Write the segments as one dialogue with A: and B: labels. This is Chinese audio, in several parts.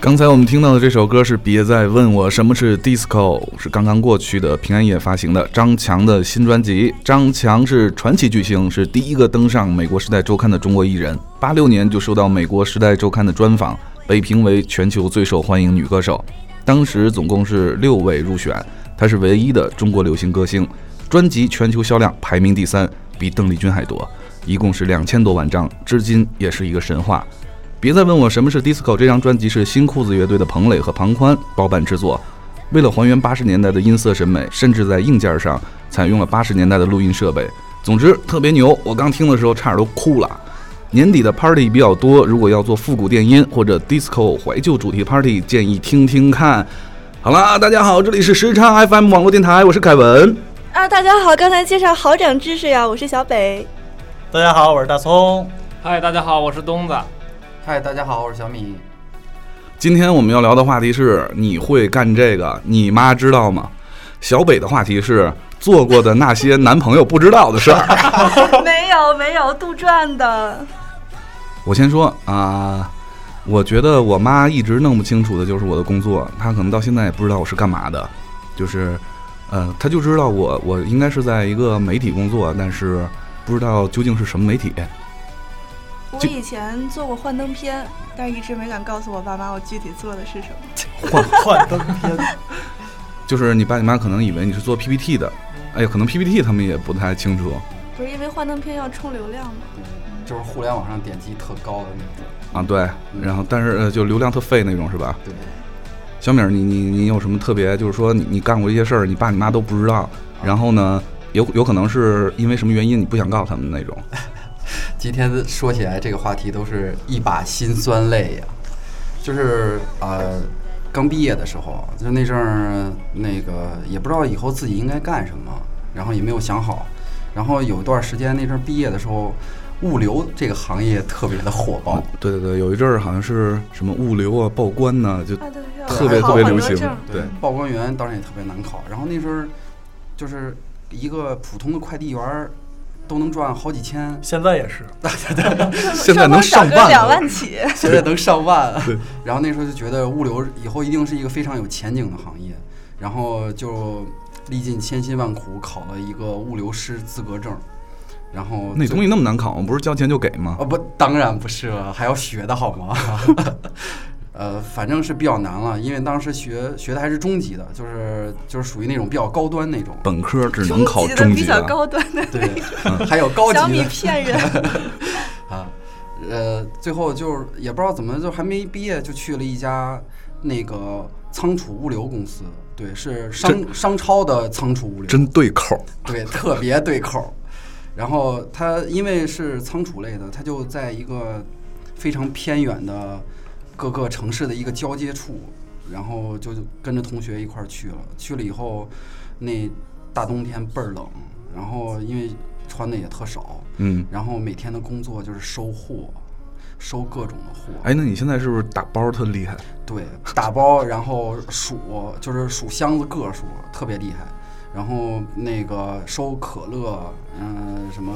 A: 刚才我们听到的这首歌是《别再问我什么是 disco》，是刚刚过去的平安夜发行的张强的新专辑。张强是传奇巨星，是第一个登上《美国时代周刊》的中国艺人。八六年就受到《美国时代周刊》的专访，被评为全球最受欢迎女歌手。当时总共是六位入选，她是唯一的中国流行歌星。专辑全球销量排名第三，比邓丽君还多，一共是两千多万张，至今也是一个神话。别再问我什么是 disco。这张专辑是新裤子乐队的彭磊和庞宽包办制作，为了还原八十年代的音色审美，甚至在硬件上采用了八十年代的录音设备。总之特别牛，我刚听的时候差点都哭了。年底的 party 比较多，如果要做复古电音或者 disco 怀旧主题 party，建议听听看。好啦，大家好，这里是时差 FM 网络电台，我是凯文。
B: 啊，大家好，刚才介绍好长知识呀，我是 小北。
C: 大家好，我是大葱。
D: 嗨，大家好，我是 东子。
E: 嗨，大家好，我是小米。
A: 今天我们要聊的话题是：你会干这个？你妈知道吗？小北的话题是做过的那些男朋友不知道的事儿。
B: 没有没有，杜撰的。
A: 我先说啊、我觉得我妈一直弄不清楚的就是我的工作，她可能到现在也不知道我是干嘛的，就是，呃，她就知道我我应该是在一个媒体工作，但是不知道究竟是什么媒体。
B: 我
A: 就
B: 以前做过幻灯片，但是一直没敢告诉我爸妈我具体做的是什么。
C: 幻 灯片，
A: 就是你爸你妈可能以为你是做 PPT 的，哎呀，可能 PPT 他们也不太清楚
B: 不是因为幻灯片要冲流量吗？
E: 就是互联网上点击特高的那种。
A: 啊。对，然后但是呃，就流量特费那种是吧？
E: 对，
A: 小米儿，你你你有什么特别？就是说你你干过一些事儿，你爸你妈都不知道，然后呢，有有可能是因为什么原因你不想告诉他们那种。
E: 今天说起来这个话题，都是一把辛酸泪呀、就是呃，刚毕业的时候，就那阵儿那个也不知道以后自己应该干什么，然后也没有想好。然后有一段时间，那阵儿毕业的时候，物流这个行业特别的火爆。
A: 对对对，有一阵儿好像是什么物流啊、报关呐、就
B: 啊，对，要
A: 特别
B: 考
A: 特别
B: 缓
A: 流
B: 和
A: 行
B: 证。
A: 对，
E: 报关员当然也特别难考。然后那时候就是一个普通的快递员儿都能赚好几千，
C: 现在也是。
A: 现在能上
B: 双
A: 万
B: 方涨个
A: 了。
B: 两万起，
E: 现在能上万
A: 对。
E: 然后那时候就觉得物流以后一定是一个非常有前景的行业，然后就历尽千辛万苦考了一个物流师资格证，然后
A: 那
E: 最
A: 东西那么难考吗？不是交钱就给吗？
E: 哦，不，当然不是了，还要学的好吗？ 呃，反正是比较难了，因为当时学学的还是中级的，就是就是属于那种比较高端那种，
A: 本科只能 考
B: 中级
A: 中
B: 的
A: 级
B: 比较高端的。
E: 对，还有高级
B: 小米
E: 的
B: 骗人，
E: 啊，呃，最后就是也不知道怎么就还没毕业就去了一家那个仓储物流公司，对，是商商超的仓储物流，
A: 真对口儿。
E: 对，特别对口儿。然后它因为是仓储类的，它就在一个非常偏远的各个城市的一个交接处，然后就跟着同学一块儿去了。去了以后，那大冬天倍儿冷，然后因为穿的也特少，
A: 嗯，
E: 然后每天的工作就是收货，收各种的货。
A: 哎，那你现在是不是打包儿特厉害？
E: 对，打包然后数，就是数箱子个数，特别厉害。然后那个收可乐，嗯、什么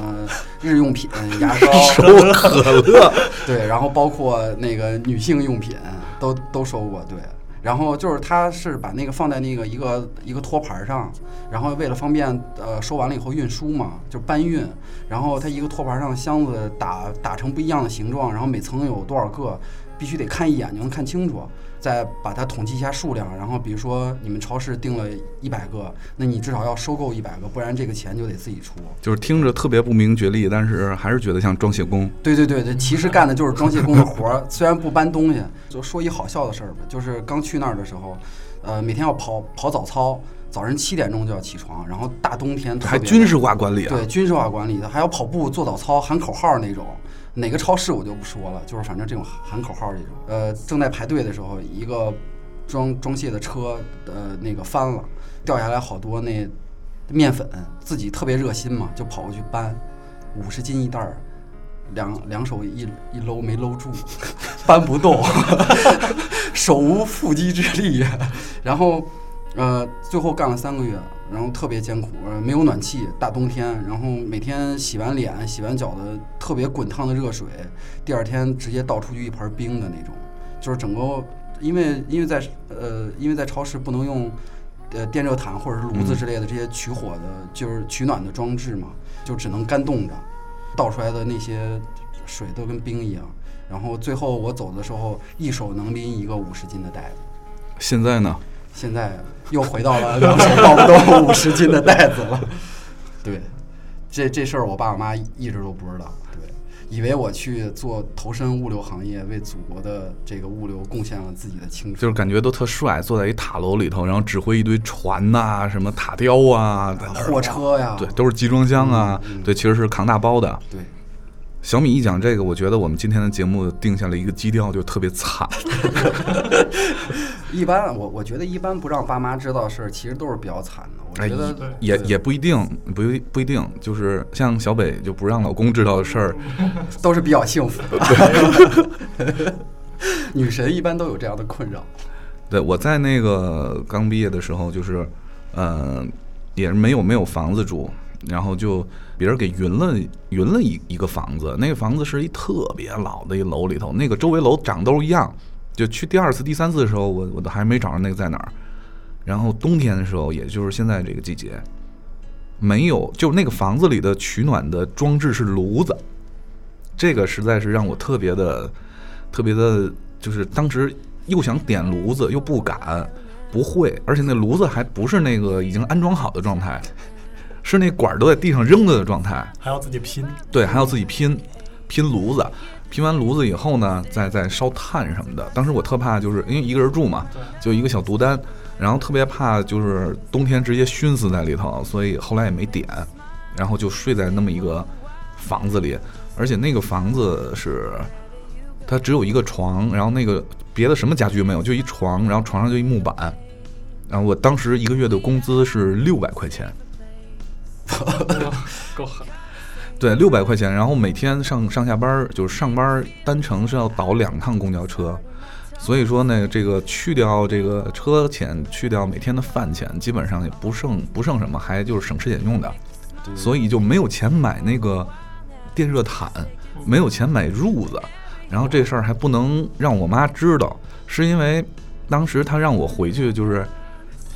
E: 日 用品、牙膏，
A: 收可乐，
E: 对，然后包括那个女性用品都都收过，对。然后就是他是把那个放在那个一个一个托盘上，然后为了方便呃收完了以后运输嘛，就搬运。然后他一个托盘上箱子打打成不一样的形状，然后每层有多少个，必须得看一眼就能看清楚，再把它统计一下数量。然后比如说你们超市订了一百个，那你至少要收购一百个，不然这个钱就得自己出。
A: 就是听着特别不明觉厉，但是还是觉得像装卸工。
E: 对对对对，其实干的就是装卸工的活儿， 虽然不搬东西。就说一好笑的事儿吧，就是刚去那儿的时候，呃，每天要跑跑早操，早晨七点钟就要起床，然后大冬天特别
A: 还军事化管理啊！
E: 对军事化管理的，还要跑步、做早操、喊口号那种。哪个超市我就不说了，就是反正这种喊口号这种。呃，正在排队的时候，一个装装卸的车，呃，那个翻了，掉下来好多那面粉，自己特别热心嘛，就跑过去搬，五十斤一袋儿。两两手一一搂没搂住，搬不动， 手无缚鸡之力。然后，呃，最后干了三个月，然后特别艰苦，呃没有暖气，大冬天，然后每天洗完脸、洗完脚的特别滚烫的热水，第二天直接倒出去一盘冰的那种，就是整个因为因为在呃因为在超市不能用呃电热毯或者是炉子之类的这些取火的，就是取暖的装置嘛，就只能干冻着，倒出来的那些水都跟冰一样。然后最后我走的时候，一手能拎一个五十斤的袋子。
A: 现在呢？
E: 现在又回到了两手抱不 动五十斤的袋子了。对，这这事儿我爸我妈一直都不知道，对，以为我去做投身物流行业，为祖国的这个物流贡献了自己的青
A: 就
E: 春。
A: 是感觉都特帅，坐在一塔楼里头，然后指挥一堆船呐、什么塔吊啊，在那儿
E: 货车呀，
A: 对，都是集装箱啊，
E: 嗯嗯
A: 对，其实是扛大包的。
E: 对，
A: 小米一讲这个，我觉得我们今天的节目定下了一个基调，就特别惨。
E: 一般我我觉得一般不让爸妈知道的事儿，其实都是比较惨的。我
A: 哎
E: 觉得
C: 对
A: 也也不一定，不一不一定，就是像小北就不让老公知道的事儿，
E: 都是比较幸福。 女神一般都有这样的困扰。
A: 对，我在那个刚毕业的时候，就是，呃，也是没有没有房子住，然后就别人给匀了匀了一一个房子，那个房子是一特别老的一楼里头，那个周围楼长都一样。就去第二次、第三次的时候，我我都还没找着那个在哪儿。然后冬天的时候，也就是现在这个季节，没有，就那个房子里的取暖的装置是炉子，这个实在是让我特别的、特别的，就是当时又想点炉子又不敢，不会，而且那炉子还不是那个已经安装好的状态，是那管儿都在地上扔着的状态。
C: 还要自己拼，
A: 对，还要自己拼，拼炉子，拼完炉子以后呢，再再烧炭什么的。当时我特怕，就是因为一个人住嘛，就一个小独单，然后特别怕就是冬天直接熏死在里头，所以后来也没点，然后就睡在那么一个房子里，而且那个房子是。它只有一个床，然后那个别的什么家具没有，就一床，然后床上就一木板，然后我当时一个月的工资是六百块钱，
D: 够狠，
A: 对，六百块钱，然后每天上上下班儿，就是上班儿单程是要倒两趟公交车，所以说呢，这个去掉这个车钱，去掉每天的饭钱，基本上也不剩不剩什么，还就是省吃俭用的，所以就没有钱买那个电热毯，没有钱买褥子，然后这事儿还不能让我妈知道，是因为当时她让我回去就是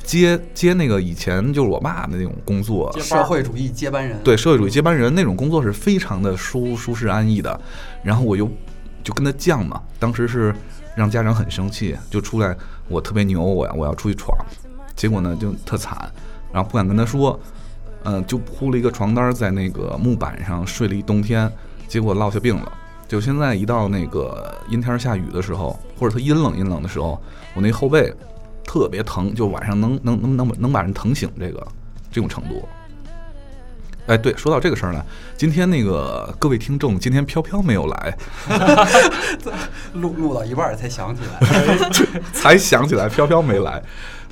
A: 接接那个以前就是我爸的那种工作，
D: 接班
E: 社
D: 儿
E: 会主义接班人，啊
A: 对社会主义接班人那种工作是非常的舒舒适安逸的，然后我又就跟他犟嘛，当时是让家长很生气，就出来我特别牛，我要我要出去闯，结果呢就特惨，然后不敢跟他说，嗯、就铺了一个床单在那个木板上睡了一冬天，结果落下病了。就现在一到那个阴天下雨的时候，或者它阴冷阴冷的时候，我那后背特别疼，就晚上能能能能能把人疼醒这个这种程度。哎，对，说到这个事儿呢，今天那个各位听众，今天飘飘没有来，
E: 录录到一半儿才想起 来，
A: 才想起来飘飘没来。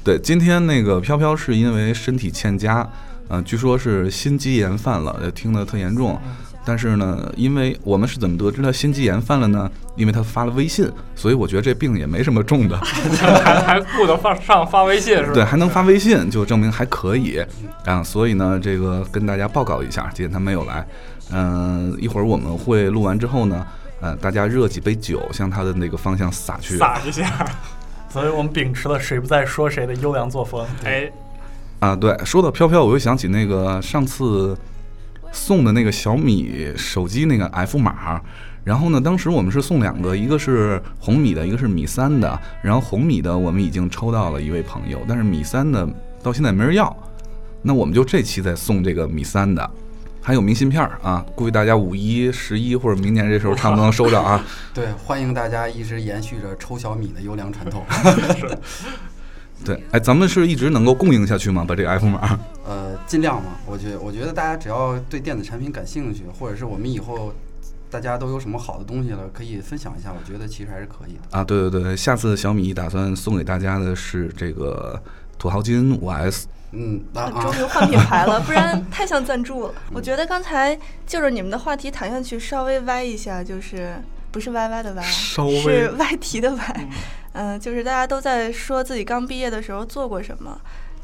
A: 对，今天那个飘飘是因为身体欠佳，嗯、据说是心肌炎犯了，呃听得特严重。但是呢，因为我们是怎么得知他心肌炎犯了呢？因为他发了微信，所以我觉得这病也没什么重的。
D: 还还顾得发上发微信是
A: 对，
D: 吧？嗯
A: 还能发微信，就证明还可以啊。所以呢，这个跟大家报告一下，今天他没有来。嗯、一会儿我们会录完之后呢，呃，大家热几杯酒向他的那个方向洒去。
D: 撒一下，
C: 所以我们秉持了谁不在说谁的优良作风。
D: 哎，
A: 啊，对，说到飘飘，我又想起那个上次送的那个小米手机那个 F 码。然后呢，当时我们是送两个，一个是红米的，一个是米三的。然后红米的我们已经抽到了一位朋友，但是米三的到现在没人要。那我们就这期再送这个米三的，还有明信片儿啊，估计大家五一、十一或者明年这时候差不多能收着啊。
E: 对，欢迎大家一直延续着抽小米的优良传统。
A: 对，哎，咱们是一直能够供应下去吗？把这个 F 码？
E: 呃，尽量嘛，我觉我觉得大家只要对电子产品感兴趣，或者是我们以后大家都有什么好的东西了，可以分享一下，我觉得其实还是可以的。
A: 啊，对对对，下次小米打算送给大家的是这个土豪金五 S，
E: 嗯，那
B: 终
E: 啊，
B: 于换品牌了，不然太像赞助了。我觉得刚才就是你们的话题谈下去，稍微歪一下，就是不是歪歪的歪，
A: 稍
B: 是外题的外，嗯，就是大家都在说自己刚毕业的时候做过什么，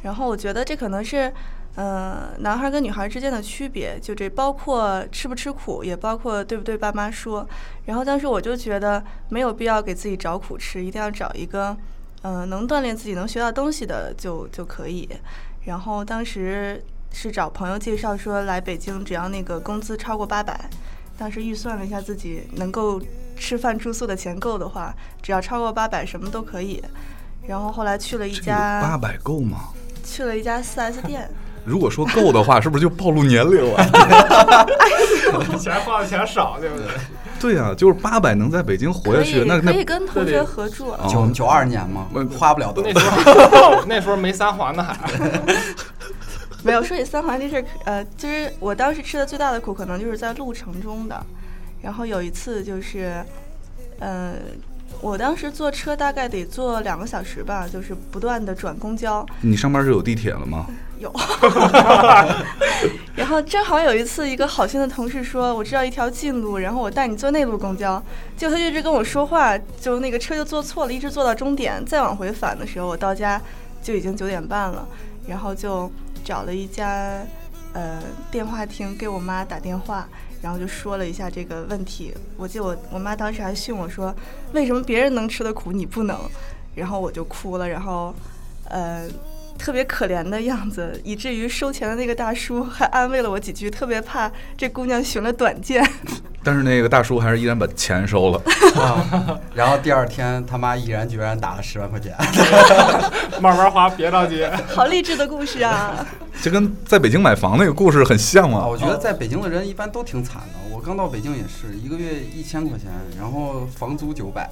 B: 然后我觉得这可能是，嗯、呃，男孩跟女孩之间的区别，就这包括吃不吃苦，也包括对不对爸妈说。然后当时我就觉得没有必要给自己找苦吃，一定要找一个，呃，能锻炼自己、能学到东西的就就可以。然后当时是找朋友介绍说来北京，只要那个工资超过八百，当时预算了一下自己能够吃饭住宿的钱够的话，只要超过八百什么都可以。然后后来去了一
A: 这个八
B: 家
A: 百够吗？
B: 去了一家 4S 店。
A: 如果说够的话，是不是就暴露年龄 了？
D: 以前花的钱少，对不对？
A: 对呀、就是八百能在北京活下
B: 可
A: 去，
B: 以
A: 那
B: 可以
A: 那
B: 跟同
D: 对
B: 学
D: 对
B: 合住，
A: 哦
E: 九九二年嘛
A: 嗯，
E: 花不了 多
D: 那
E: 少。
D: 时候那时候没三环呢， 还
B: 没有说起三环这事儿，呃，就是我当时吃的最大的苦，可能就是在路程中的。然后有一次就是，呃，我当时坐车大概得坐两个小时吧，就是不断的转公交，
A: 你上班是有地铁了吗？
B: 有。 然后正好有一次，一个好心的同事说：“我知道一条近路，然后我带你坐内陆公交。”结果他就一直跟我说话，就那个车就坐错了，一直坐到终点，再往回返的时候，我到家就已经九点半了。然后就找了一家呃电话亭给我妈打电话，然后就说了一下这个问题。我记得我我妈当时还训我说：“为什么别人能吃的苦你不能？”然后我就哭了，然后呃特别可怜的样子， 以至于收钱的那个大叔还安慰了我几句，特别怕这姑娘寻了短见。
A: 但是那个大叔还是依然把钱收了。
E: 啊然后第二天他妈毅然决然打了十万块钱。
D: 慢慢花，别着急。
B: 好励志的故事啊！
A: 这跟在北京买房那个故事很像
E: 啊，
A: 啊。
E: 我觉得在北京的人一般都挺惨的。我刚到北京也是一个月一千块钱，然后房租九百，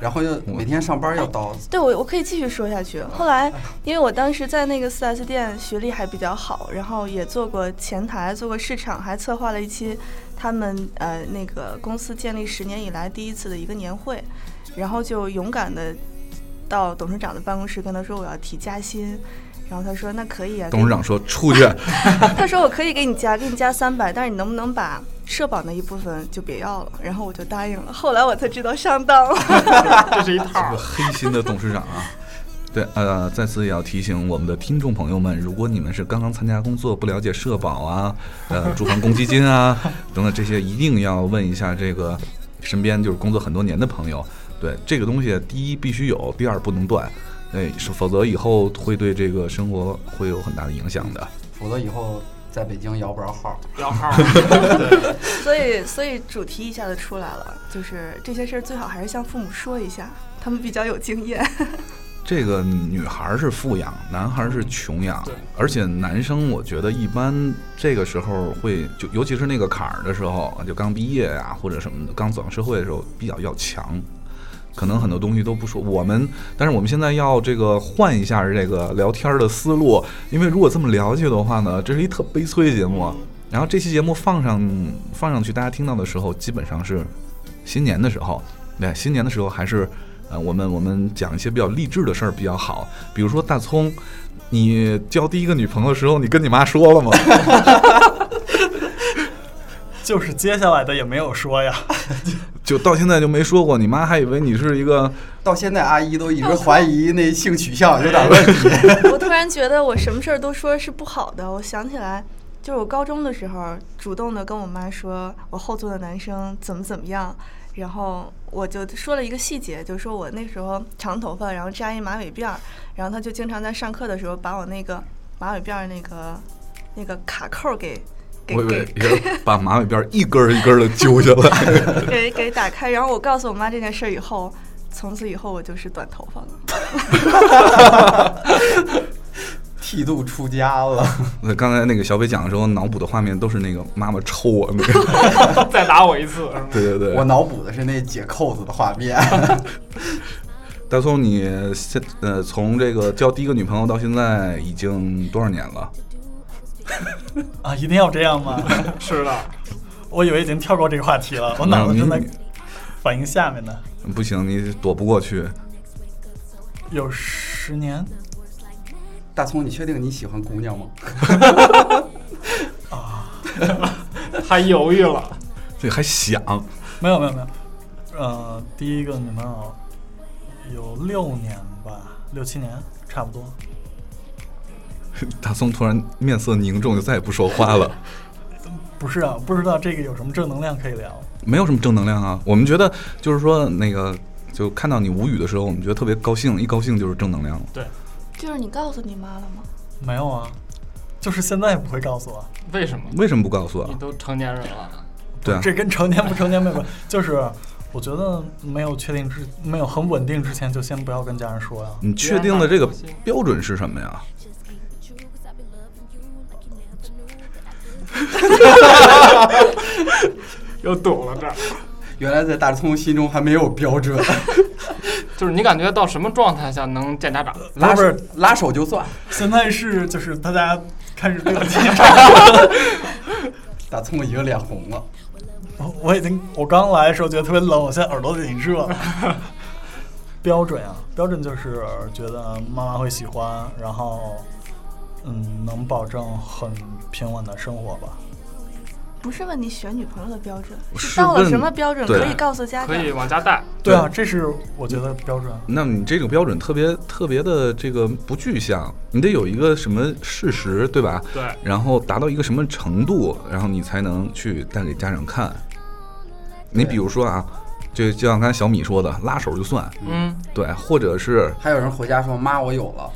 E: 然后又每天上班要倒。
B: 对我，我可以继续说下去。后来，因为我当时在那个 4S 店学历还比较好，然后也做过前台，做过市场，还策划了一期他们呃那个公司建立十年以来第一次的一个年会，然后就勇敢的到董事长的办公室跟他说我要提加薪，然后他说那可以啊，
A: 董事长说出去，
B: 他说我可以给你加，给你加三百，但是你能不能把社保那一部分就别要了？然后我就答应了。后来我才知道上当了。
D: 这是一套
A: 这个
D: 儿。
A: 黑心的董事长啊。对，呃，在此也要提醒我们的听众朋友们，如果你们是刚刚参加工作，不了解社保啊，呃，住房公积金啊等等这些，一定要问一下这个身边就是工作很多年的朋友。对，这个东西第一必须有，第二不能断，哎，是否则以后会对这个生活会有很大的影响的。
E: 否则以后在北京摇不着号。
D: 摇 号儿，
B: 所以，所以主题一下子出来了，就是这些事儿最好还是向父母说一下，他们比较有经验。
A: 这个女孩是富养，男孩是穷养
D: 对，
A: 而且男生我觉得一般这个时候会就尤其是那个坎儿的时候，就刚毕业呀、或者什么的，刚走上社会的时候比较要强，可能很多东西都不说。我们但是我们现在要这个换一下这个聊天的思路，因为如果这么聊下去的话呢，这是一特悲催的节目。啊然后这期节目放上放上去，大家听到的时候，基本上是新年的时候，对，新年的时候还是，呃，我们我们讲一些比较励志的事儿比较好，比如说大葱，你交第一个女朋友的时候，你跟你妈说了吗？
C: 就是接下来的也没有说呀。
A: 就到现在就没说过，你妈还以为你是一个
E: 到现在，阿姨都一直怀疑那性取向有点问题。
B: 我突然觉得我什么事儿都说是不好的，我想起来，就是我高中的时候主动的跟我妈说我后座的男生怎么怎么样，然后我就说了一个细节，就说我那时候长头发，然后扎一马尾辫儿，然后他就经常在上课的时候把我那个马尾辫儿那个那个卡扣儿给给
A: 我以
B: 给
A: 为也 是把马尾辫儿一根儿一根儿的揪下来。
B: 给给打开，然后我告诉我妈这件事儿以后，从此以后我就是短头发了。
E: 剃度出家了，
A: 那刚才那个小北讲的时候，脑补的画面都是那个妈妈抽我那个，
D: 再打我一次。
A: 对对对。
E: 我脑补的是那解扣子的画面。
A: 大葱，你现呃从这个交第一个女朋友到现在已经多少年了？
C: 啊，一定要这样吗？
D: 是的，
C: 我以为已经跳过这个话题 了，我脑子正在
A: 那嗯你
C: 反应下面呢。
A: 不行，你躲不过去。
C: 有十年
E: 大葱，你确定你喜欢姑娘吗？
D: 他犹豫了。
A: 这还想，
C: 没有没有没有，呃，第一个啊女朋友有六年吧，六七年差不多。
A: 大松突然面色凝重，就 再也不说话了。
C: 不是啊，不知道这个有什么正能量可以聊。
A: 没有什么正能量啊。我们觉得就是说那个，就看到你无语的时候，我们觉得特别高兴，一高兴就是正能量了。
C: 对，
B: 就是你告诉你妈了吗？
C: 没有啊，就是现在也不会告诉我。
D: 为什么？
A: 为什么不告诉
D: 你
A: 我？
D: 都成年人了，
A: 对啊，
C: 这跟成年不成年没有关，就是我觉得没有确定之没有很稳定之前，就先不要跟家人说呀、
A: 你确定的这个标准是什么呀？
D: 又懂了这儿。
E: 原来在大葱心中还没有标准，
D: 就是你感觉到什么状态下能见家长？
E: 拉
C: 不
E: 手
C: 是
E: 拉手就算。
C: 现在是就是大家开始对不起，
E: 大葱已经脸红了，
C: 我我已经我刚来的时候觉得特别冷，我现在耳朵都已经热了。标准啊，标准就是觉得妈妈会喜欢，然后嗯，能保证很平稳的生活吧。
B: 不是问你选女朋友的标准，
A: 我是
B: 是到了
A: 问
B: 什么标准
A: 对
B: 可以告诉家
D: 可
B: 长？
D: 以往家带，
C: 对啊，这是我觉得标准啊。
A: 那你这个标准特别特别的这个不具象，你得有一个什么事实，对吧？
D: 对，
A: 然后达到一个什么程度，然后你才能去带给家长看。你比如说啊，就就像刚才小米说的，拉手就算，
D: 嗯，
A: 对，或者是
E: 还有人回家说妈我有了，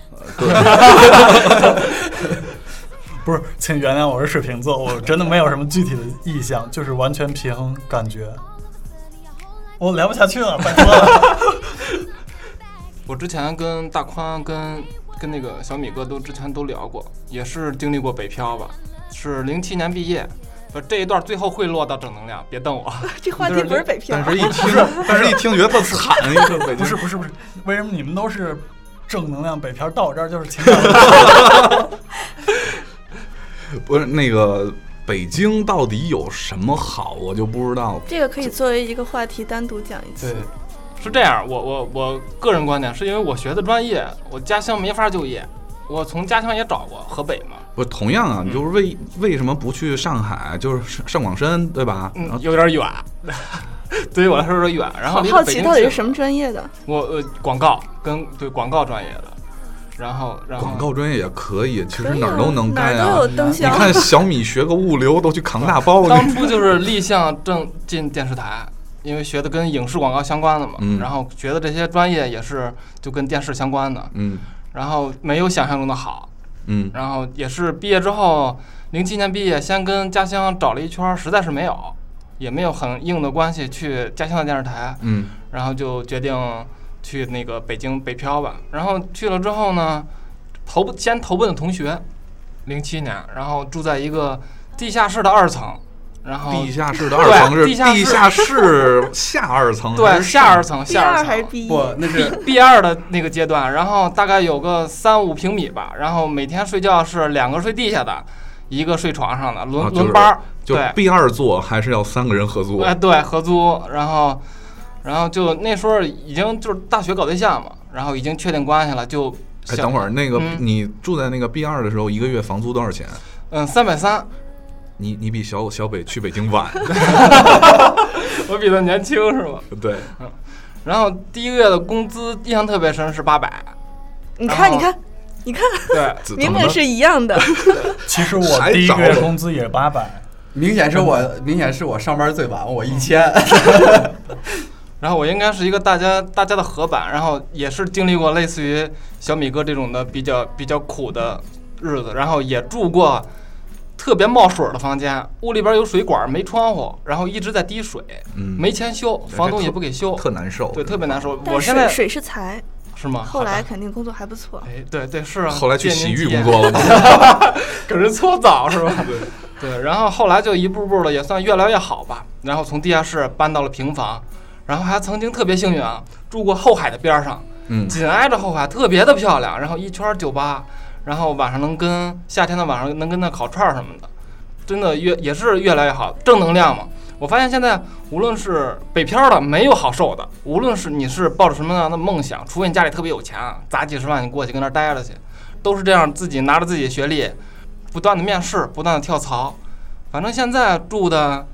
C: 不是，请原谅我是水瓶座，我真的没有什么具体的意向，就是完全平衡感觉。 我聊不下去了，拜托了。
D: 我之前跟大宽、跟跟那个小米哥都之前都聊过，也是经历过北漂吧，是零七年毕业。呃，这一段最后会落到正能量，别瞪我。
B: 这话题不是北漂
A: 但， 是一听，但是一听觉得特惨， 一个北京
C: 不是不是不是，为什么你们都是正能量北漂，到我这儿就是情感？
A: 不是那个北京到底有什么好，我就不知道。
B: 这个可以作为一个话题单独讲一
E: 对
B: 次。，
D: 是这样，我我我个人观点是因为我学的专业，我家乡没法就业，我从家乡也找过河北嘛，
A: 不是同样啊，你就是为为什么不去上海，就是上上广深，对吧？然
D: 嗯
A: 后，
D: 有点远， 对于我来说有点远。然后
B: 好
D: 离
B: 好
D: 北
B: 奇
D: 京
B: 到底
D: 近
B: 是什么专业的？
D: 我呃广告跟对广告专业的，然后然后
A: 广告专业也可以，其实
B: 可以
A: 哪儿
B: 啊
A: 都能
B: 哪
A: 干
B: 儿
A: 呀
B: 都。有灯
A: 你
B: 箱。
A: 看小米学个物流都去扛大包了
D: 当，初就是立项正进电视台，因为学的跟影视广告相关的嘛，
A: 嗯
D: 然后学的这些专业也是就跟电视相关的，
A: 嗯
D: 然后没有想象中的好，
A: 嗯，
D: 然后也是毕业之后，零七年毕业，先跟家乡找了一圈儿，实在是没有，也没有很硬的关系去家乡的电视台，
A: 嗯，
D: 然后就决定去那个北京北漂吧。然后去了之后呢，投奔先投奔的同学，零七年，然后住在一个地下室的二层，然后
A: 地下室的二层是
D: 哦对地下室
A: 地下室下二层，嗯还
D: 对
A: 是
D: 下二层
B: 第
D: 下
B: 二
D: 二
B: 还是
D: 层。
B: 第一？
E: 不，那是
D: B 二的那个阶段，然后大概有个三五平米吧，然后每天睡觉是两个睡地下的，一个睡床上的，轮、
A: 啊就是
D: 轮班儿，
A: 就
D: 对，
A: B 二座还是要三个人合租
D: 哎、？对，合租，然后，然后就那时候已经就是大学搞对象嘛，然后已经确定关系了，就
A: 哎，
D: 想
A: 等会儿那个
D: 嗯
A: 你住在那个 B 二的时候，一个月房租多少钱？
D: 嗯，三百三，
A: 你你比小小北去北京晚，
D: 我比他年轻是吧？
A: 对，
D: 然后第一个月的工资印象特别深是八百，
B: 你看，
D: 然后
B: 你看，你看，
D: 对，
A: 怎
B: 明
A: 怎么
B: 明
A: 了
B: 是一样 的。
C: 其实我第一个月工资也八百，
E: 明显是我明显是我上班最晚，我一千。
A: 嗯
D: 然后我应该是一个大家大家的合板，然后也是经历过类似于小米哥这种的比较比较苦的日子，然后也住过特别冒水的房间，屋里边有水管没窗户，然后一直在滴水，
A: 嗯
D: 没钱修，房东也不给修，
A: 特难受。
D: 对，特别难受。
B: 但
D: 我现
B: 水
D: 在
B: 水是财，
D: 是吗？
B: 后
D: 好
B: 来
D: 吧
B: 肯定工作还不错。
D: 哎，对对是啊，
A: 后来去洗浴工作
D: 了。
A: 了吗？
D: 给人搓澡是吧？对对，然后后来就一步步的也算越来越好吧，然后从地下室搬到了平房，然后还曾经特别幸运啊，住过后海的边儿上，
A: 嗯
D: 紧挨着后海，特别的漂亮，然后一圈儿酒吧，然后晚上能跟夏天的晚上能跟那烤串儿什么的，真的越也是越来越好，正能量嘛。我发现现在无论是北漂的，没有好受的。无论是你是抱着什么样的梦想，除非你家里特别有钱啊，砸几十万你过去跟那儿待着去，都是这样，自己拿着自己的学历，不断的面试，不断的跳槽。反正现在住的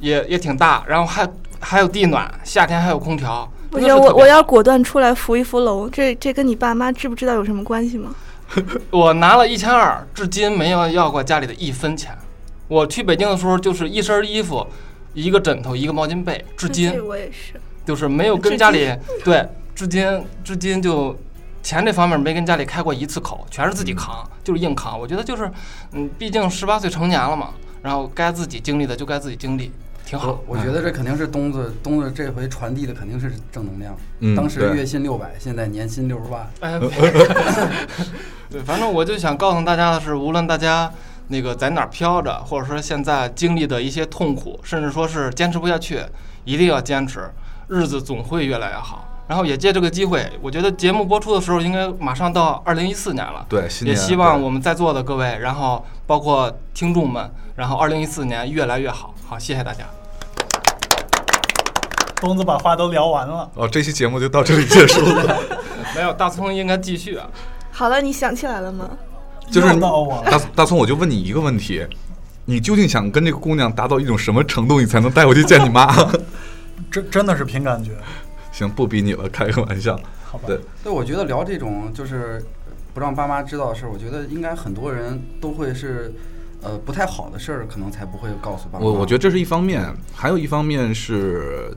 D: 也也挺大，然后还还有地暖，夏天还有空调。
B: 我
D: 真
B: 觉
D: 的
B: 得
D: 是
B: 我
D: 特别
B: 我要果断出来扶一扶楼，这这跟你爸妈知不知道有什么关系吗？
D: 我拿了一千二，至今没有要过家里的一分钱。我去北京的时候，就是一身衣服、一个枕头、一个毛巾被，至今
B: 这我也是。
D: 就是没有跟家里对，至今至今就钱这方面没跟家里开过一次口，全是自己扛，就是硬扛。我觉得就是，嗯，毕竟十八岁成年了嘛，然后该自己经历的就该自己经历，挺好
E: 我。我觉得这肯定是东子，东子这回传递的肯定是正能量。
A: 嗯
E: 当时
A: 对
E: 月薪六百，现在年薪六十八。
D: 哎，对，反正我就想告诉大家的是，无论大家那个在哪儿飘着，或者说现在经历的一些痛苦，甚至说是坚持不下去，一定要坚持，日子总会越来越好。然后也借这个机会，我觉得节目播出的时候应该马上到二零一四年了，
A: 对，新
D: 也
A: 年
D: 希望我们在座的各位，然后包括听众们，然后二零一四年越来越好。好，谢谢大家。
C: 东子把话都聊完了，
A: 哦，这期节目就到这里结束了。
D: 没有大葱应该继续啊。
B: 好了，你想起来了吗？
A: 就是
C: 又到我了。
A: 大大葱，我就问你一个问题：你究竟想跟这个姑娘达到一种什么程度，你才能带回去见你妈？
C: 真真的是凭感觉，
A: 行，不逼你了，开个玩笑。
C: 好吧？
A: 对，
E: 所以我觉得聊这种就是不让爸妈知道的事儿，我觉得应该很多人都会是，呃，不太好的事儿，可能才不会告诉爸妈。
A: 我我觉得这是一方面，还有一方面是，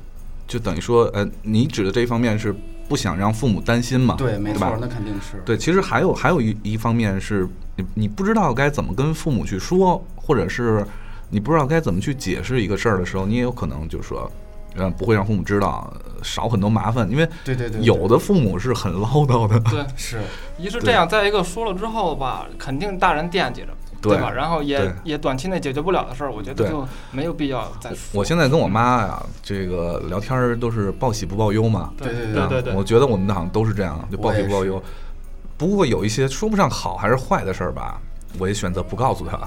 A: 就等于说，呃，你指的这一方面是不想让父母担心嘛？
E: 对，没
A: 吧
E: 错，那肯定是。
A: 对，其实还有还有一一方面是你你不知道该怎么跟父母去说，或者是你不知道该怎么去解释一个事儿的时候，你也有可能就说，嗯，不会让父母知道，呃少很多麻烦，因为
E: 对对对对
A: 有的父母是很唠叨的，
D: 对，
E: 是，
D: 一是
A: 对
D: 这样，再一个说了之后吧，肯定大人惦记着，
A: 对
D: 吧？然后
A: 对
D: 也也短期内解决不了的事儿，我觉
A: 对
D: 得就没有必要再说。
A: 我现在跟我妈呀、这个聊天儿都是报喜不报忧嘛，
D: 对
E: 对
D: 对
A: 啊
D: 对
A: 我
D: 对，
A: 觉得我们好像都是这样，就报
E: 我
A: 喜
E: 也
A: 不报
E: 是
A: 忧。不过有一些说不上好还是坏的事儿吧，我也选择不告诉他，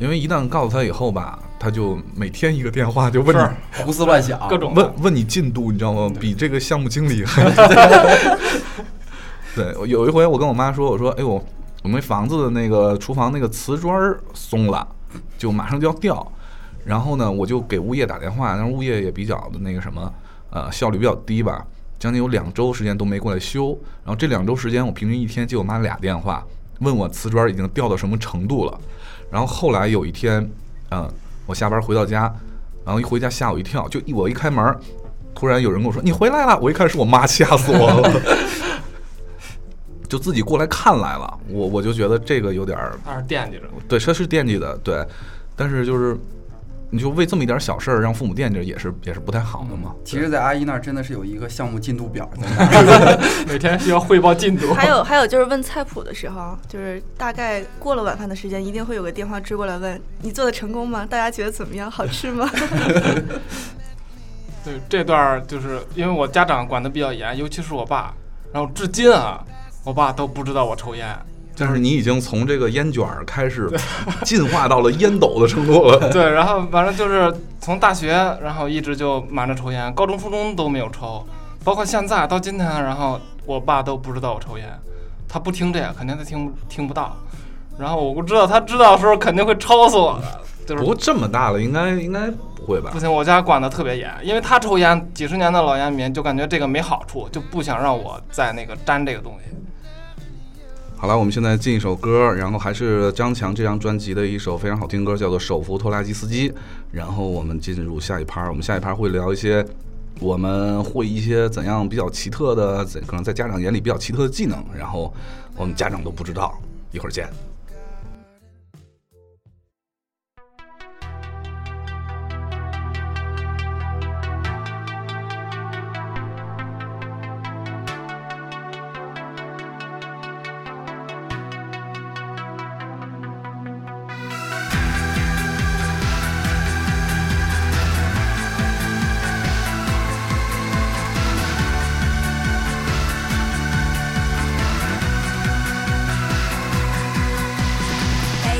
A: 因为一旦告诉他以后吧，他就每天一个电话就问
D: 是
A: 你
E: 胡思乱想，
D: 各种的
A: 问问你进度，你知道吗？比这个项目经理 还。对，我有一回我跟我妈说，我说，哎呦，我们房子的那个厨房那个瓷砖儿松了，就马上就要掉。然后呢，我就给物业打电话，但是物业也比较的那个什么，呃，效率比较低吧，将近有两周时间都没过来修。然后这两周时间，我平均一天接我妈俩电话，问我瓷砖已经掉到什么程度了。然后后来有一天，嗯、我下班回到家，然后一回家吓我一跳，就一我一开门儿，突然有人跟我说你回来了，我一看是我妈，吓死我了， 就自己过来看来了，我我就觉得这个有点儿，
D: 还是 惦记着。
A: 对，这是惦记的，对，但是就是你就为这么一点小事儿让父母惦记着，也是也是不太好的嘛。
E: 嗯其实，在阿姨那儿真的是有一个项目进度表的，
D: 每天需要汇报进 度。
B: 还有还有就是问菜谱的时候，就是大概过了晚饭的时间，一定会有个电话追过来问你做的成功吗？大家觉得怎么样？好吃吗？
D: 对这段儿就是因为我家长管得比较严，尤其是我爸，然后至今啊，我爸都不知道我抽烟。
A: 但是你已经从这个烟卷儿开始进化到了烟斗的程度 了。
D: 对，然后反正就是从大学，然后一直就瞒着抽烟，高中、初中都没有抽，包括现在到今天，然后我爸都不知道我抽烟，他不听这个，肯定他听不听不到。然后我不知道他知道的时候肯定会抽死我的，就
A: 不
D: 是
A: 过这么大了，应该应该不会吧
D: 不？行，我家管得特别严，因为他抽烟几十年的老烟民，就感觉这个没好处，就不想让我再那个沾这个东西。
A: 好了，我们现在进一首歌，然后还是张强这张专辑的一首非常好听的歌，叫做《手扶拖拉机司机》。然后我们进入下一趴，我们下一趴会聊一些我们会一些怎样比较奇特的，怎可能在家长眼里比较奇特的技能，然后我们家长都不知道。一会儿见。
F: 手扶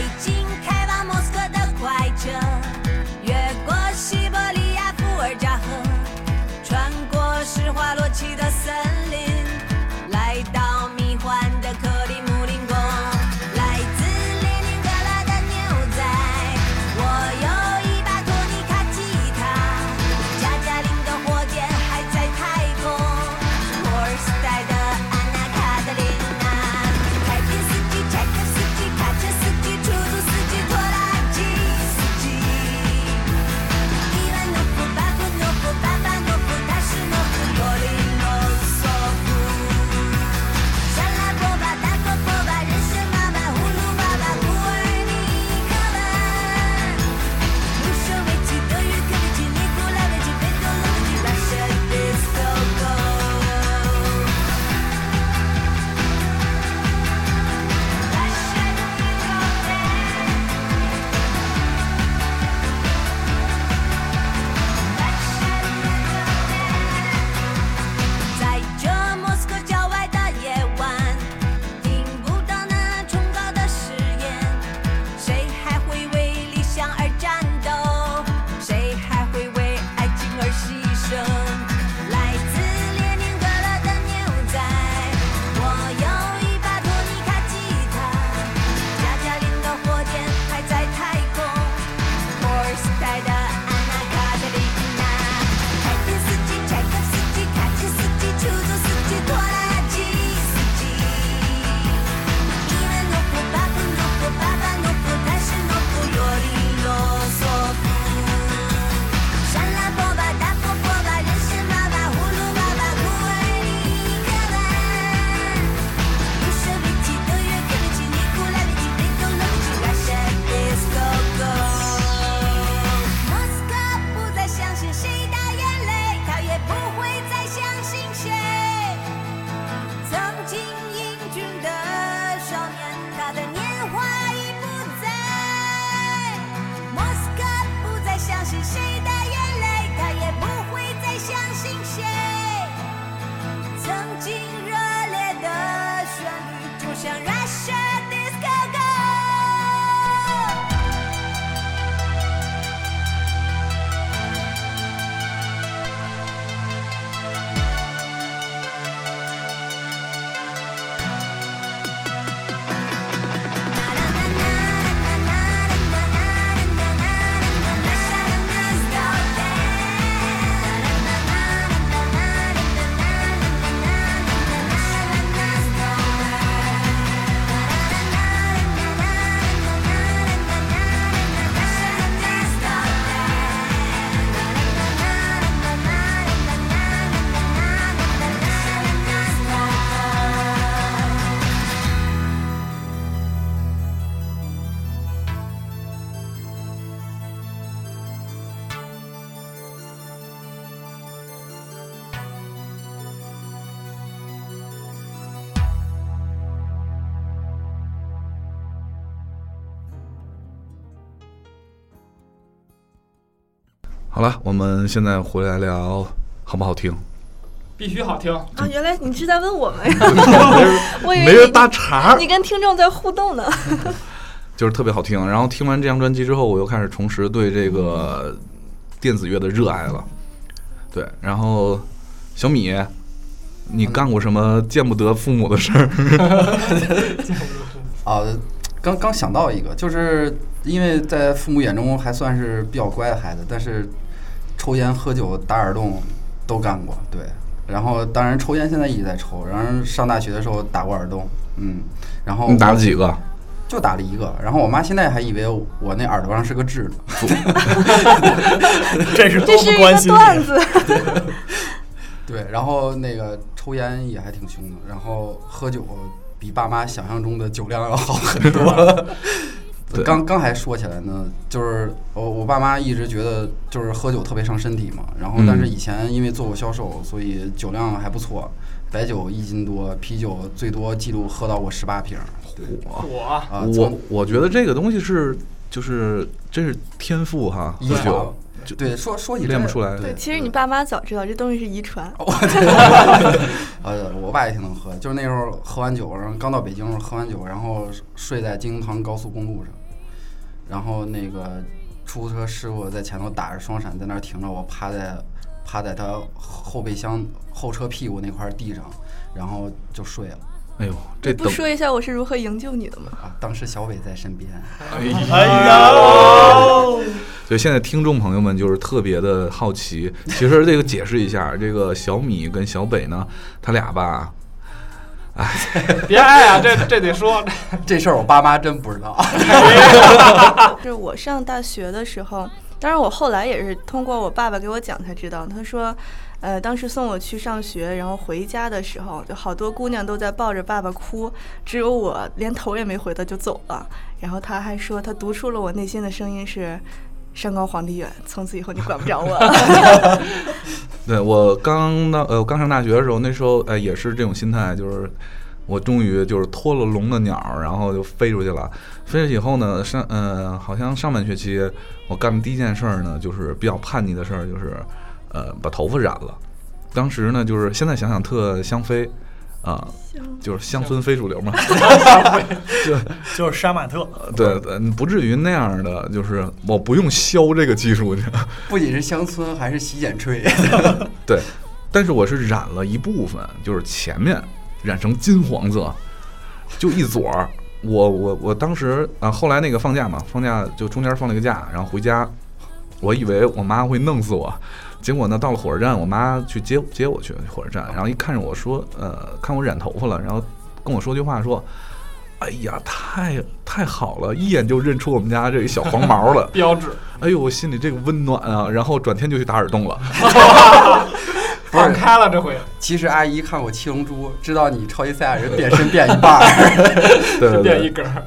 A: 好了，我们现在回来聊好不好听？
D: 必须好听。
B: 啊，原来你是在问我们呀？
A: 没人
B: 我以为
A: 没人
B: 你
A: 搭茬儿
B: 你，跟听众在互 动呢。
A: 就是特别好听。然后听完这张专辑之后，我又开始重拾对这个电子乐的热爱了。对，然后小米，你干过什么见不得父母的事儿？
E: 啊，刚刚想到一个，就是因为在父母眼中还算是比较乖的孩子，但是抽烟、喝酒、打耳洞都干过，对。然后当然抽烟现在一直在抽，然后上大学的时候打过耳洞，嗯，然后
A: 你打了几个？
E: 就打了一个，然后我妈现在还以为我那耳朵上是个痣呢。
C: 这是多
B: 这是
C: 不
B: 一
C: 关
B: 个
C: 心
B: 段
C: 你。
B: 子，
E: 对，然后那个抽烟也还挺凶的，然后喝酒比爸妈想象中的酒量要好很多
A: 对。
E: 刚刚还说起来呢，就是我我爸妈一直觉得就是喝酒特别伤身体嘛，然后
A: 嗯
E: 但是以前因为做过销售，所以酒量还不错，白酒一斤多，啤酒最多记录喝到过十八瓶儿。对
D: 我
E: 啊，
A: 我
E: 从
A: 我觉得这个东西是就是真是天赋哈，
E: 遗
A: 喝
E: 传
A: 酒就
E: 对说说起这
A: 练不
E: 个
A: 出来。
B: 对，其实你爸妈早知道这东西是遗传，
A: 哦
E: 呃，我爸也挺能喝，就是那时候喝完酒，然后刚到北京的时候喝完酒，然后睡在京唐高速公路上，然后那个出租车师傅在前头打着双闪在那儿停着，我趴在趴在他后备箱后车屁股那块地上，然后就睡了
A: 哎呦，这
B: 你不
A: 等
B: 说一下我是如何营救你的吗？
E: 啊。当时小伟在身边，
C: 哎
A: 哦
C: 呀，
A: 所以现在听众朋友们就是特别的好奇。其实这个解释一下，这个小米跟小北呢，他俩吧，
D: 别爱啊，这这得说，
E: 这事儿我爸妈真不知道。
B: 就是我上大学的时候，当然我后来也是通过我爸爸给我讲才知道，他说，呃，当时送我去上学，然后回家的时候，就好多姑娘都在抱着爸爸哭，只有我连头也没回的就走了。然后他还说，他读出了我内心的声音是。山高皇帝远，从此以后你管不着 我了。
A: 对我刚到呃，我刚上大学的时候，那时候呃也是这种心态，就是我终于就是脱了笼的鸟儿，然后就飞出去了。飞出去以后呢，上呃好像上半学期我干的第一件事儿呢，就是比较叛逆的事儿，就是呃把头发染了。当时呢，就是现在想想特香妃啊、就是乡村非主流嘛。
C: 就是杀马特，
A: 对对，不至于那样的，就是我不用削这个技术去。
E: 不仅是乡村，还是洗剪吹。
A: 对，但是我是染了一部分，就是前面染成金黄色，就一撮儿。我我我当时啊，后来那个放假嘛，放假就中间放了一个假，然后回家，我以为我妈会弄死我，结果呢，到了火车站，我妈去接接我去火车站，然后一看着我说，呃，看我染头发了，然后跟我说句话说。哎呀，太太好了，一眼就认出我们家这个小黄毛了。
D: 标志
A: 哎呦，我心里这个温暖啊！然后转天就去打耳洞了。
E: 不是
D: 放开了这回，
E: 其实阿姨看过《七龙珠》，知道你超级赛亚人变身变一半儿。
A: 对对
D: 变
A: 对
D: 一，根儿，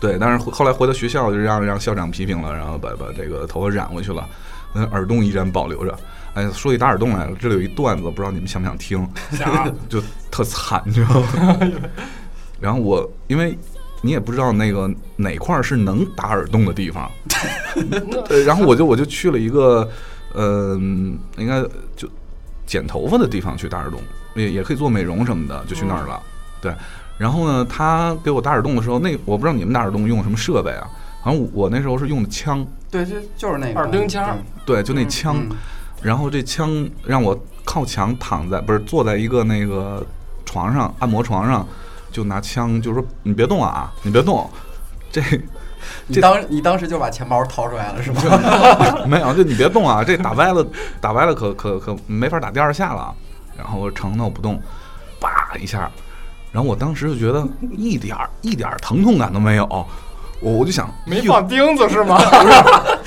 A: 对，但是后后来回到学校，就让让校长批评了，然后把把这个头发染回去了，那耳洞依然保留着。哎，说起打耳洞来了，这里有一段子，不知道你们想不想听？
D: 想
A: 就特惨， 你知道吗？然后我因为你也不知道那个哪块儿是能打耳洞的地 方，对，然后我就我就去了一个，嗯、应该就剪头发的地方去打耳洞，也也可以做美容什么的，就去那儿
E: 嗯
A: 了。对，然后呢，他给我打耳洞的时候，那我不知道你们打耳洞用什么设备啊，好像我我那时候是用的枪，
E: 对，就就是那个
D: 耳钉枪
E: 对
A: 对，就那枪，
E: 嗯
A: 然后这枪让我靠墙躺在，不是坐在一个那个床上按摩床上，就拿枪就说你别动啊，你别动，这
E: 你当你当时就把钱包掏出来了是吗？
A: 没有就你别动啊，这 打歪了打歪了可可可没法打第二下了。然后我承诺不动，叭一下，然后我当时就觉得一点儿一点儿疼痛感都没有，我我就想哎
D: 没放钉子是吗？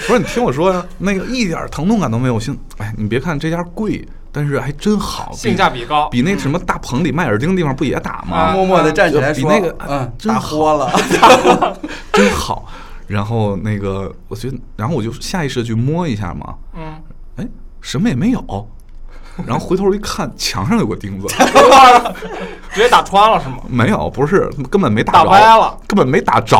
A: 不是你听我说呀，那个一点儿疼痛感都没有，心哎你别看这家贵，但是还真好，比
D: 性价比高，
A: 比那什么大棚里卖耳钉的地方不也打吗？
D: 嗯啊
E: 默默的站起来
A: 比
E: 说：“
A: 那个啊
E: 嗯，
A: 真
E: 打
A: 好
E: 豁了。
A: 真好。然后那个，我觉得，然后我就下意识的去摸一下嘛，
D: 嗯，
A: 哎，什么也没有。然后回头一看，墙上有个 钉子，
D: 直接打穿了是吗？
A: 没有，不是，根本没打
D: 打
A: 着，
D: 歪了
A: 根本没打着。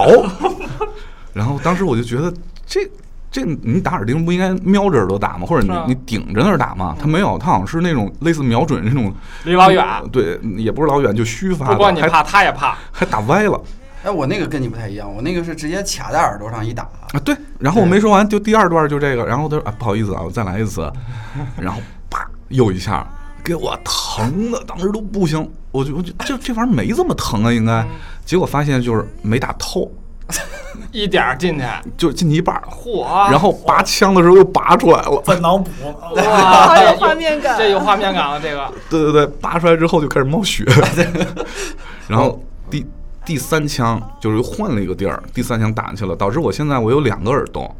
A: 然后当时我就觉得这这你打耳钉不应该瞄着耳朵打吗？或者
D: 是啊
A: 你你顶着那儿打吗？他没有，他好像是那种类似瞄准这种
D: 离老远，
A: 对，也不是老远就虚发
D: 不光你
A: 的，还
D: 怕，他也怕。
A: 还打歪了
E: 哎，我那个跟你不太一样，我那个是直接卡在耳朵上一打，
A: 啊！对，然后我没说完，就第二段就这个，然后他说啊不好意思啊，我再来一次， 然后啪又一下，给我疼的，当时都不行，我就我就这这玩意儿没这么疼啊，应该， 结果发现就是没打透，
D: 一点儿进去，
A: 就进去一半儿，
D: 嚯！
B: 啊
A: 然后拔枪的时候又拔出来了，
C: 在 脑补，
D: 哇，
B: 好有画面感
D: 这有画面感了，这个
A: 对对对，拔出来之后就开始冒 血，然后第第三枪就是又换了一个地儿，第三枪打进去了，导致我现在我有两个耳洞，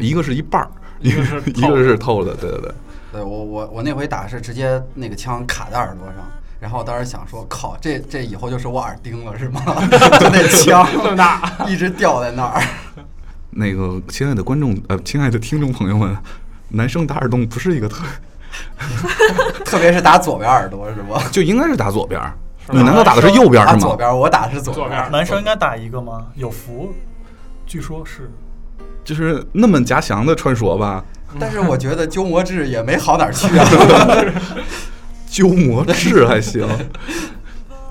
A: 一个是一半儿，嗯一
D: 个
A: 个
D: 是
A: 一个是透的，对对对，
E: 对我我我那回打是直接那个枪卡在耳朵上，然后我当时想说，靠，这这以后就是我耳钉了是吗？ 就那枪
D: 这么大，
E: 一直吊在那儿。
A: 那个亲爱的观众呃，亲爱的听众朋友们， 男生打耳洞不是一个特，
E: 特别是打左边耳朵是吗？
A: 就应该是打左边儿，
D: 是吧
A: 你难道打的是右边
E: 打
A: 儿
E: 左
A: 吗？
E: 边，我打的是左
D: 左边
E: 边。
C: 男生应该打一个吗？有福，据说是
A: 就是那么夹翔的穿说吧，
E: 但是我觉得鸠摩智也没好哪儿去啊。
A: 鸠摩智还行。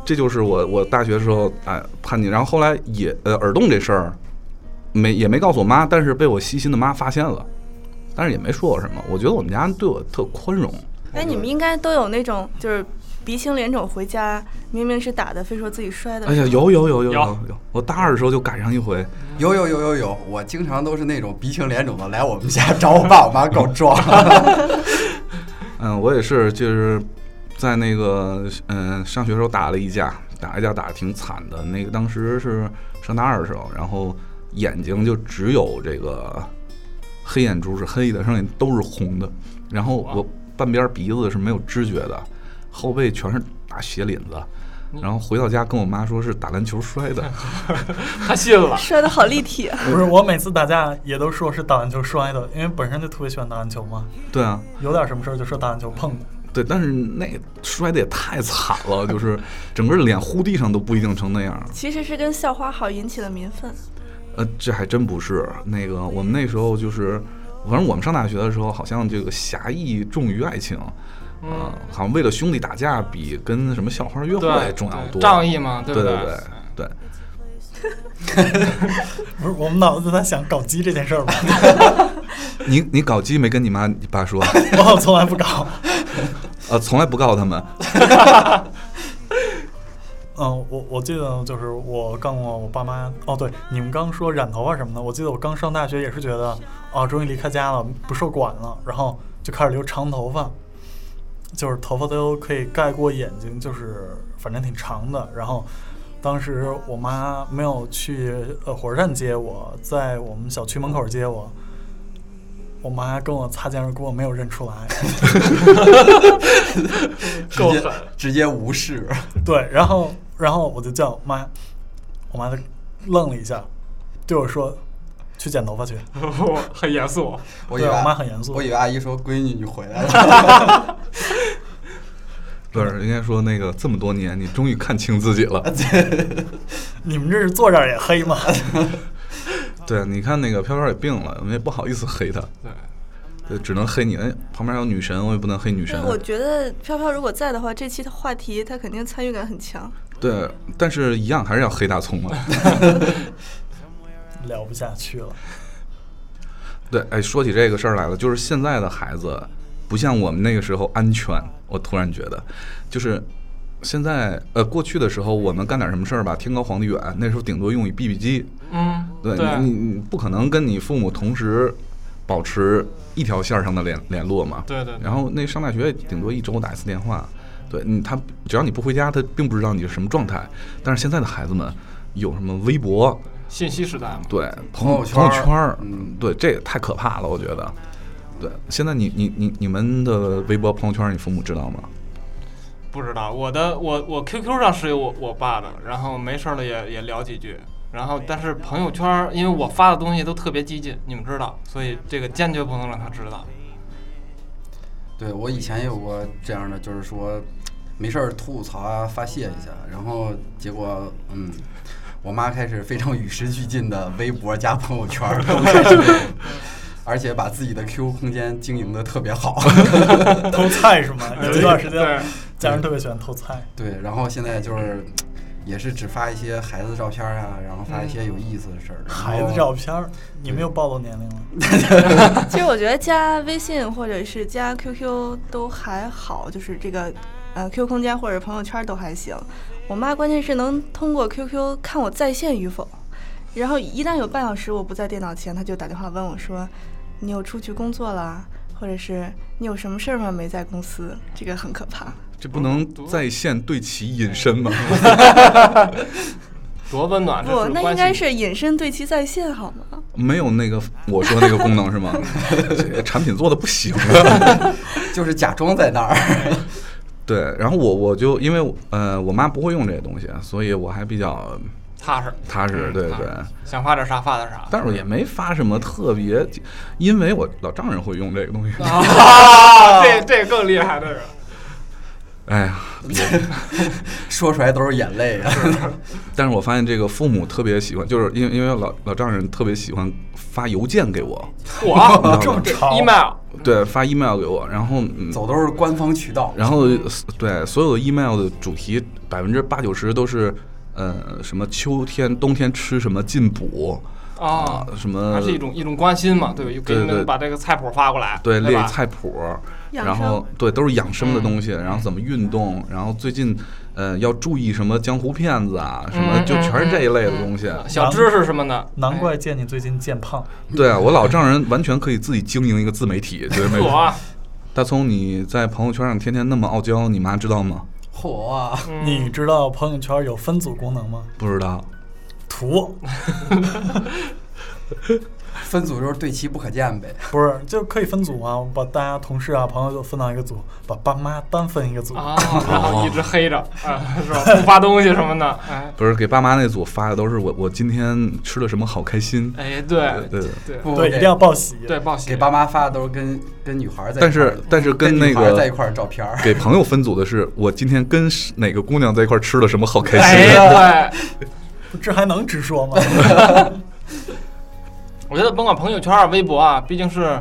A: 这就是我我大学时候哎叛逆，然后后来也呃耳洞这事儿，没也没告诉我妈，但是被我细心的妈发现了，但是也没说我什么。我觉得我们家对我特宽容，
B: 哎，你们应该都有那种就是鼻青脸肿回家，明明是打的，非说自己摔的。
A: 哎呀，有有有有有
D: 有
A: 有，我大二的时候就赶上一回，
E: 有有有有有，我经常都是那种鼻青脸肿的来我们家找我爸我妈告状。
A: 嗯，我也是，就是在那个嗯上学时候打了一架，打一架打的挺惨的。那个当时是上大二的时候，然后眼睛就只有这个黑眼珠是黑的，剩下都是红的。然后我半边鼻子是没有知觉的，后背全是大血淋子。然后回到家跟我妈说是打篮球摔的，
D: 他信了。
B: 摔的好立体啊，
C: 不是？我每次打架也都说是打篮球摔的，因为本身就特别喜欢打篮球嘛，
A: 对啊，
C: 有点什么事儿就说打篮球碰的。
A: 对，但是那个摔的也太惨了，就是整个脸糊地上都不一定成那样。
B: 其实是跟校花好引起的民愤。
A: 呃，这还真不是。那个我们那时候就是，反正我们上大学的时候，好像这个侠义重于爱情，嗯、好像为了兄弟打架比跟什么校花约会
D: 对，
A: 重要
D: 对
A: 多。
D: 仗义嘛，
A: 对
D: 不
A: 对
D: 对
A: 对对
C: 不是，我们脑子都在想搞基这件事儿吧？
A: 你你搞基没跟你妈你爸 说？
C: 我从来不搞。
A: 呃，从来不告他们。
C: 嗯，我我记得就是我干过我爸妈哦，对，你们刚说染头发什么的，我记得我刚上大学也是觉得啊，终于离开家了，不受管了，然后就开始留长头发，就是头发都可以盖过眼睛，就是反正挺长的。然后当时我妈没有去呃火车站接我，在我们小区门口接我，我妈跟我擦肩而过，没有认出来。
E: 直
D: 够
E: 接
D: 狠。
E: 直接 无视。
C: 对，然后然后我就叫妈，我妈就愣了一下，对我说：“去剪头发去。
D: 很严肃，
E: 以为
C: 对我妈很严肃
E: 我以为阿姨说闺女你回来 了，
A: 不是，人家说那个这么多年，你终于看清自己了。
D: 啊
C: 你们这是坐这儿也黑吗？
A: 对，你看那个飘飘也病了，我们也不好意思黑他，
D: 对，
A: 对，只能黑你。哎，旁边还有女神，我也不能黑女神
B: 但。我觉得飘飘如果在的话，这期的话题他肯定参与感很 强。
A: 对，但是一样还是要黑大葱啊。
C: 聊不下去了。
A: 对，哎，说起这个事儿来了，就是现在的孩子不像我们那个时候安全。我突然觉得，就是现在呃，过去的时候我们干点什么事儿吧，天高皇帝远，那时候顶多用一 BB 机，
D: 嗯，
A: 对你你你不可能跟你父母同时保持一条线儿上的联联络嘛。
D: 对对对
A: 然后那上大学顶多一周打一次电话，对你他只要你不回家，他并不知道你是什么状态。但是现在的孩子们有什么微博，
D: 信息时代嘛，
A: 对，
E: 朋
A: 朋
E: 友
A: 友
E: 圈儿
A: 朋友圈儿，
E: 嗯
A: 对，这也太可怕了，我觉得。对，现在你你你你们的微博朋友圈儿，你父母知道吗？
D: 不知道我的我我 QQ 上是有我我爸的，然后没事儿了也也聊几句，然后但是朋友圈儿因为我发的东西都特别激进，你们知道，所以这个坚决不能让他知道。
E: 对我以前有过这样的，就是说没事儿吐槽啊，发泄一下，然后结果嗯， 我妈开始非常与时俱进的微博加朋友圈儿都开始而且把自己的 QQ 空间经营的特 别好。
C: 偷菜是吗？有一段时
D: 对
C: 间，家人特别喜欢偷菜。
E: 对，然后现在就是也是只发一些孩子照片啊，然后发一些有意思的事儿。然
C: 嗯
E: 后
C: 孩子照片儿，你没有暴露年龄了。
B: 其实我觉得加微信或者是加 QQ 都还好，就是这个呃 QQ 空间或者朋友圈都还行。我妈关键是能通过 QQ 看我在线与否，然后一旦有半小时我不在电脑前，她就打电话问我说：“你有出去工作啦？或者是你有什么事儿吗？没在公司？”这个很可
D: 啊
B: 怕。
A: 这不能在线对其隐身吗？
D: 多温暖，这
B: 不，那应
D: 关
B: 该
D: 系
B: 是隐身对其在线好 吗？
A: 没有那个我说那个功能是吗？这个产品做的不行啊。
E: 就是假装在那儿。
A: 对，然后我我就因为呃我妈不会用这些东西，所以我还比较
D: 踏实，
A: 踏实
D: 嗯
A: 对
D: 踏
A: 对
D: 实想发点啥发点啥。
A: 但是我也没发什么特别，因为我老丈人会用这个东西。
D: 啊，这这更厉害，这个。
A: 哎呀，
E: 说出来都是眼泪啊！
A: 但是我发现这个父母特别喜欢，就是因为因为老老丈人特别喜欢发邮件给我，
D: 我
C: 这么潮
D: email
A: 对，发 email 给我，然后嗯，
E: 走都是官方渠道，
A: 然后对所有的 email 的主题百分之八九十都是呃什么秋天冬天吃什么进补呃
D: 啊，
A: 什么
D: 它是一种一种关心嘛，对吧？给你
A: 对对
D: 们把这个菜谱发过来，
A: 对列
D: 吧？嗯
A: 菜谱，
B: 养
A: 然后对都是养生的东西，然后怎么运动，然后最近呃要注意什么江湖骗子啊什么，
D: 嗯
A: 就全是这一类的东西。
D: 小知识什么的，
C: 难怪见你最近见胖，
A: 对我老丈人完全可以自己经营一个自媒体，对没
D: 我
A: 错。
D: 啊，
A: 大葱，你在朋友圈上天天那么傲娇，你妈知道吗？
E: 嚯啊！
D: 嗯
C: 你知道朋友圈有分组功能吗？
A: 不知道。
C: 图
E: 分组就是对其不可见 呗。
C: 不是就可以分组吗？把大家同事啊、朋友都分到一个组，把爸妈单分一个组。
D: 啊，然后一直 黑着，啊，是吧？不发东西什么的，哎，
A: 不是给爸妈那组发的都是我我今天吃了什么好开心，
D: 哎，对
A: 对对
D: 对
E: 不
C: 对，一
E: 给
C: 定要报喜。
D: 对，报喜
E: 给爸妈发的都是跟跟女孩儿在一块儿的，
A: 但是但是跟
E: 跟
A: 那
E: 女孩儿
A: 个
E: 在一块儿的照片儿。
A: 给朋友分组的是我今天跟是哪个姑娘在一块儿吃了什么好开心。
D: 哎，对，
C: 这还能直说吗？
D: 我觉得甭管朋友圈啊、微博啊，毕竟是，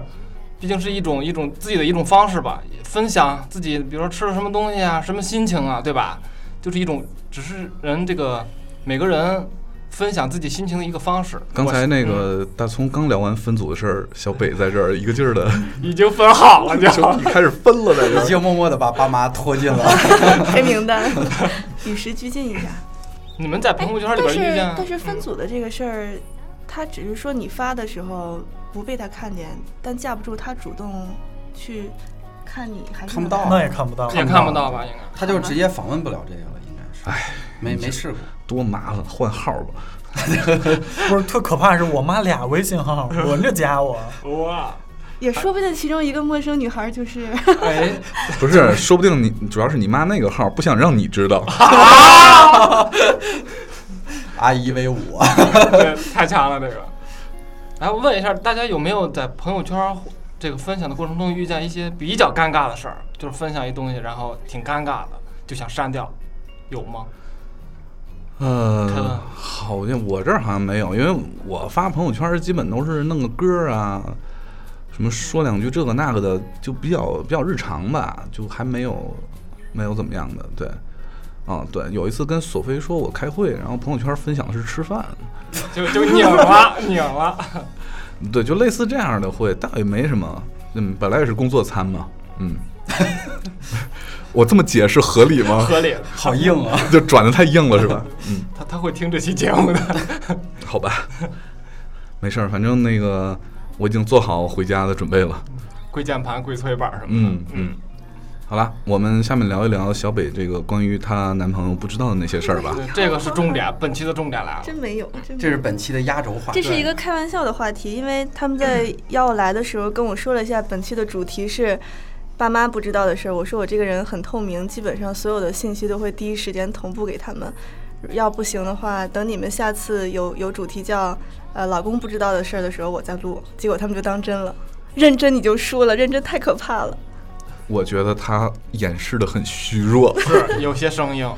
D: 毕竟是一种一种自己的一种方式吧，分享自己，比如说吃了什么东西啊，什么心情啊，对吧？就是一种，只是人这个每个人分享自己心情的一个方式。
A: 刚才
D: 我
A: 那个大葱刚聊完分组的事儿，小北在这儿一个劲儿的
D: 已经分好了，就
A: 就已开始分了，在这
E: 已
A: 儿。
E: 经默默的把爸妈 拖进了，
B: 黑名单，与时俱进一下。
D: 你们在朋友圈里边嗯遇见啊，
B: 哎但是但是分组的这个事儿，他只是说你发的时候不被他看见，但架不住他主动去看你，还是
E: 看不到
C: 那也看不到。
D: 也看不到吧？应该
E: 他就直接访问不了这个了，应该是。哎，没没试过。
A: 多麻烦，换号吧。
C: 不是特可怕，是我妈俩微信 号轮着加我，
D: 哇，
B: 也说不定其中一个陌生女孩就是
D: 哎，
A: 不是，说不定你主要是你妈那个号不想让你知道。
E: 阿姨为伍，
D: 对 太强了这个。来，哎我问一下大家有没有在朋友圈儿这个分享的过程中遇见一些比较尴尬的事儿？就是分享一东西，然后挺尴尬的，就想删掉，有吗？看看
A: 呃，好像我这儿好像没有，因为我发朋友圈儿基本都是弄个歌儿啊，什么说两句这个那个的，就比较比较日常吧，就还没有没有怎么样的。对，啊，对，有一次跟索菲说我开会，然后朋友圈分享的是吃饭，
D: 就就拧了， 拧了。
A: 对，就类似这样的会，倒也没什么，嗯，本来也是工作餐嘛，嗯， 我这么解释合理吗？
D: 合理。
E: 好硬啊！
A: 就转的太硬了是吧？嗯。
D: 他他会听这期节目的。
A: 好吧，没事儿，反正那个我已经做好回家的准备了。
D: 跪键盘、跪搓衣板什么的
A: 嗯。嗯，好啦，我们下面聊一聊小北这个关于她男朋友不知道的那些事儿吧。
D: 对，这个是重点，本期的重点来了。
B: 真没有，真没
E: 这
B: 有。
E: 是本期的压轴话
B: 这，是一个开玩笑的话题，因为他们在邀我来的时候跟我说了一下，本期的主题是爸妈不知道的事儿。我说我这个人很透明，基本上所有的信息都会第一时间同步给他们。要不行的话，等你们下次有有主题叫呃老公不知道的事儿的时候，我再录。结果他们就当真了，认真你就输了，认真太可怕了。
A: 我觉得她掩饰的很虚弱，
D: 是有些生 硬。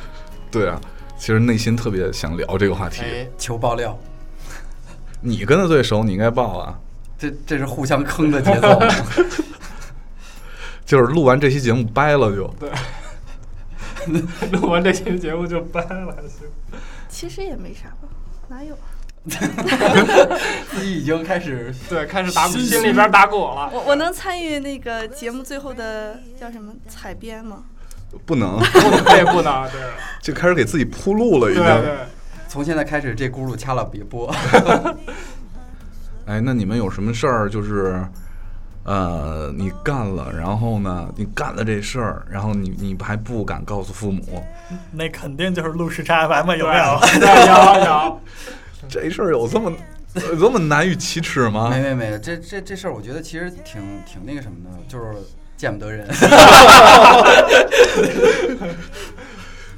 A: 对啊，其实内心特别想聊这个话题。
D: 哎，
E: 求爆料。
A: 你跟她最熟，你应该报啊。
E: 这这是互相坑的节奏。
A: 就是录完这期节目掰了就。
D: 录哎完这期节目就掰了，行。
B: 其实也没啥吧，哪有啊？
E: 自己已经开始
D: 对，开始打鼓，心里边打鼓了。
B: 我我能参与那个节目最后的叫什么采编吗？
A: 不能，
D: 不能，这不能，对
A: 就开始给自己铺路了，已
D: 对啊
A: 经。
D: 对。
E: 从现在开始，这轱辘掐了别播。
A: 哎，那你们有什么事儿就是，呃，你干了，然后呢，你干了这事儿，然后你你还不敢告诉父母，
C: 那肯定就是录时差 FM 有没有？
D: 对，有有。
A: 这事儿有这么有这么难以启齿
D: 啊
A: 吗
E: 没？没没，这这这事儿，我觉得其实挺挺那个什么的，就是见不得人。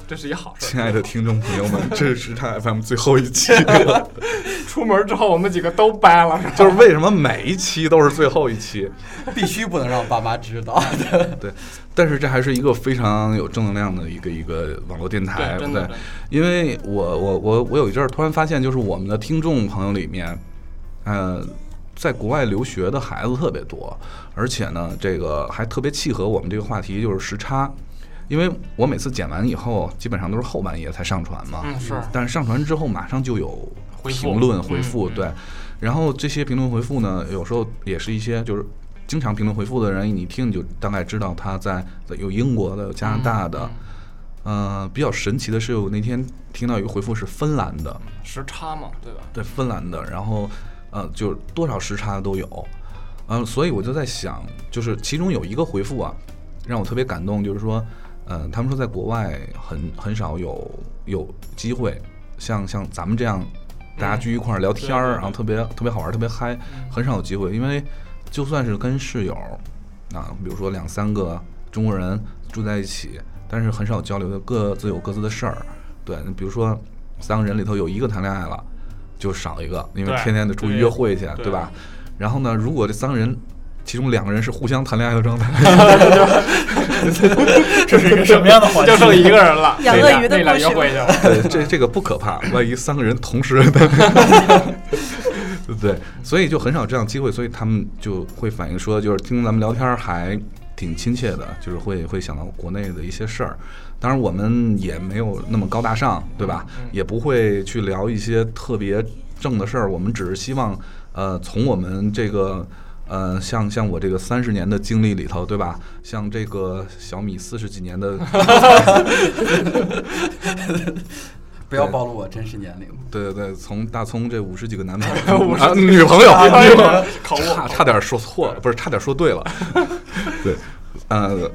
D: 这是一好事
A: 亲。爱的听众朋友们，这是时差 FM 最后一 期了，
D: 出门之后，我们几个都掰了，
A: 就是为什么每一期都是最后一期？
E: 必须不能让爸妈知道。
A: 对，但是这还是一个非常有正能量的一个一个网络电台，对
D: 对真
A: 不对
D: 的真的？
A: 因为我我我我有一阵儿突然发现，就是我们的听众朋友里面，呃，在国外留学的孩子特别多，而且呢，这个还特别契合我们这个话题，就是时差。因为我每次剪完以后，基本上都是后半夜才上传嘛，
D: 嗯是
A: 但是上传之后马上就有
D: 回复
A: 评论回
D: 嗯
A: 复，
D: 嗯
A: 对，然后这些评论回复呢，有时候也是一些就是经常评论回复的人，你听你就大概知道他在在有英国的、有加拿大的。呃，比较神奇的是，我那天听到一个回复是芬兰的，
D: 时差嘛， 对吧？
A: 对芬兰的，然后呃，就是多少时差都有，嗯、所以我就在想，就是其中有一个回复啊，让我特别感动，就是说，呃，他们说在国外很很少有有机会，像像咱们这样，大家聚一块儿聊天儿，
D: 嗯对对对嗯
A: 然后特别特别好玩儿，特别嗨，很少有机会，因为就算是跟室友啊，比如说两三个中国人住在一起，但是很少交流的，各自有各自的事儿。对，你比如说三个人里头有一个谈恋爱了，就少一个，因为
D: 对
A: 天天得出去约会去，
D: 对
A: 对吧？然后呢，如果这三个人其中两个人是互相谈恋爱的状态，
C: 这是一个什么样的环境？
D: 就剩一个人了，
B: 养鳄鱼的
D: 那俩
B: 故事
D: 约会去了。
A: 对，这这个不可怕，万一三个人同时 对不对？所以就很少这样机会，所以他们就会反映说，就是听咱们聊天儿还挺亲切的，就是会会想到国内的一些事儿。当然，我们也没有那么高大上，对吧？也不会去聊一些特别正的事儿，我们只是希望，呃，从我们这个。呃，像像我这个三十年的经历里头，对吧？像这个小米四十几年的
E: 不要暴露我真实年龄。
A: 对对对，从大葱这五十几个男 朋友啊，女朋友，
D: 哎
A: 女朋友，差差点说错了，不是差点说对 了，对，呃，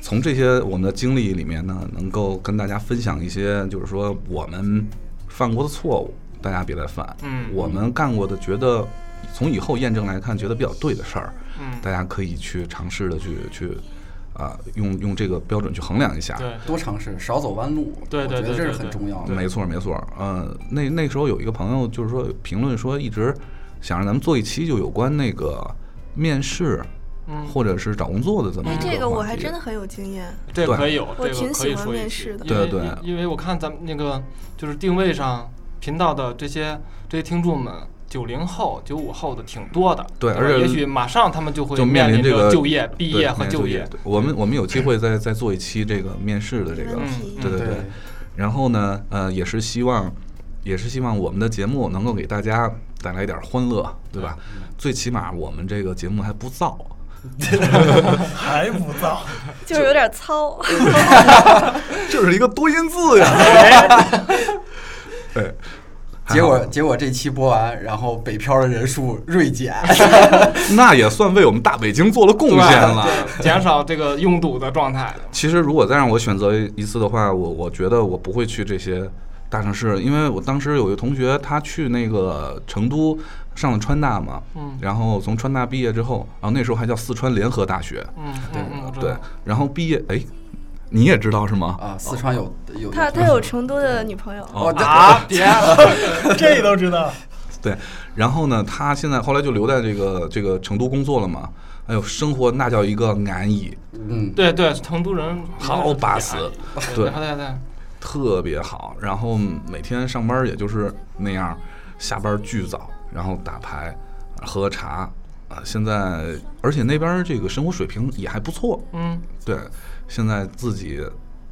A: 从这些我们的经历里面呢，能够跟大家分享一些，就是说我们犯过的错误，大家别再犯，
D: 嗯
A: 我们干过的觉得从以后验证来看觉得比较对的事儿，
D: 嗯
A: 大家可以去尝试的去去啊、用用这个标准去衡量一下，
D: 对，
E: 多尝试，少走弯路。
D: 对对
E: 我觉得
D: 对
E: 这
D: 对
E: 是很
D: 对
E: 重要的。
A: 没错，没错。呃，那那时候有一个朋友就是说评论说一直想让咱们做一期就有关那个面试，
D: 嗯
A: 或者是找工作的这么
B: 哎
A: 一，
B: 这
A: 个
B: 个我
A: 话
B: 还
A: 题
B: 真的很有经验。
D: 这
A: 对
D: 可以有，
B: 我
D: 这个
B: 挺
D: 可以
B: 喜欢
D: 说一
B: 面
D: 句
B: 试的
D: 因为
A: 对对
D: 因为我看咱们那个就是定位上频道的这些这些听众们。九零后、九五后的挺多的，
A: 对
D: 吧
A: 而且
D: 也许马上他们就会
A: 就面
D: 面
A: 临这
D: 着
A: 个
D: 就业、毕业
A: 对
D: 和
A: 面临
D: 就
A: 业。对我们我们有机会再再做一期这个面试的这个
B: 没问题，
A: 对对嗯
E: 对
A: 对。然后呢，呃，也是希望，也是希望我们的节目能够给大家带来一点欢乐，对吧？最起码我们这个节目还不燥。
C: 还不到，
B: 就是有点糙。
A: 这是一个多音字 呀！哎对，还好
E: 结果结果这期播完，然后北漂的人数 锐减。
A: 那也算为我们大北京做了贡
D: 对
A: 献了。
D: 对 减少这个拥堵的状态。
A: 其实如果再让我选择一次的话，我我觉得我不会去这些大城市，因为我当时有一个同学，他去那个成都上了川大嘛，
D: 嗯
A: 然后从川大毕业之后，然后那时候还叫四川联合大学，
D: 嗯，嗯嗯，我知道
A: 对，然后毕业，哎，你也知道是吗？
E: 啊，四川有有
B: 他他有成都的女朋友，
E: 哦，这
D: 啊，别了，
C: 这都知道。
A: 对，然后呢，他现在后来就留在这个这个成都工作了嘛，哎呦，生活那叫一个安逸，
E: 嗯，
D: 对对，成都人
A: 好巴适
D: 啊
A: 对
D: 对对对，
A: 特别好，然后每天上班也就是那样，下班巨早，然后打牌、喝茶，啊，现在而且那边儿这个生活水平也还不错，
D: 嗯，
A: 对，现在自己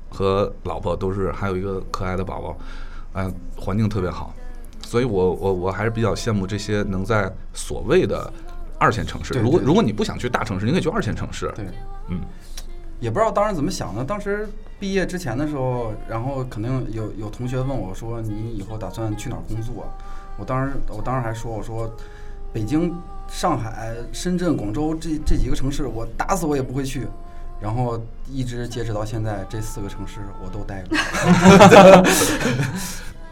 A: 和老婆都是，还有一个可爱的宝宝，哎、环境特别好，所以我我我还是比较羡慕这些能在所谓的二线城市。
E: 对
A: 如果
E: 对
A: 如果你不想去大城市，你可以去二线城市。
E: 对，
A: 嗯，
E: 也不知道当时怎么想的。当时毕业之前的时候，然后肯定有有同学问我说：“你以后打算去哪儿工作？”我当时我当时还说：“我说北京、上海、深圳、广州这这几个城市，我打死我也不会去。”然后一直截止到现在，这四个城市我都待过。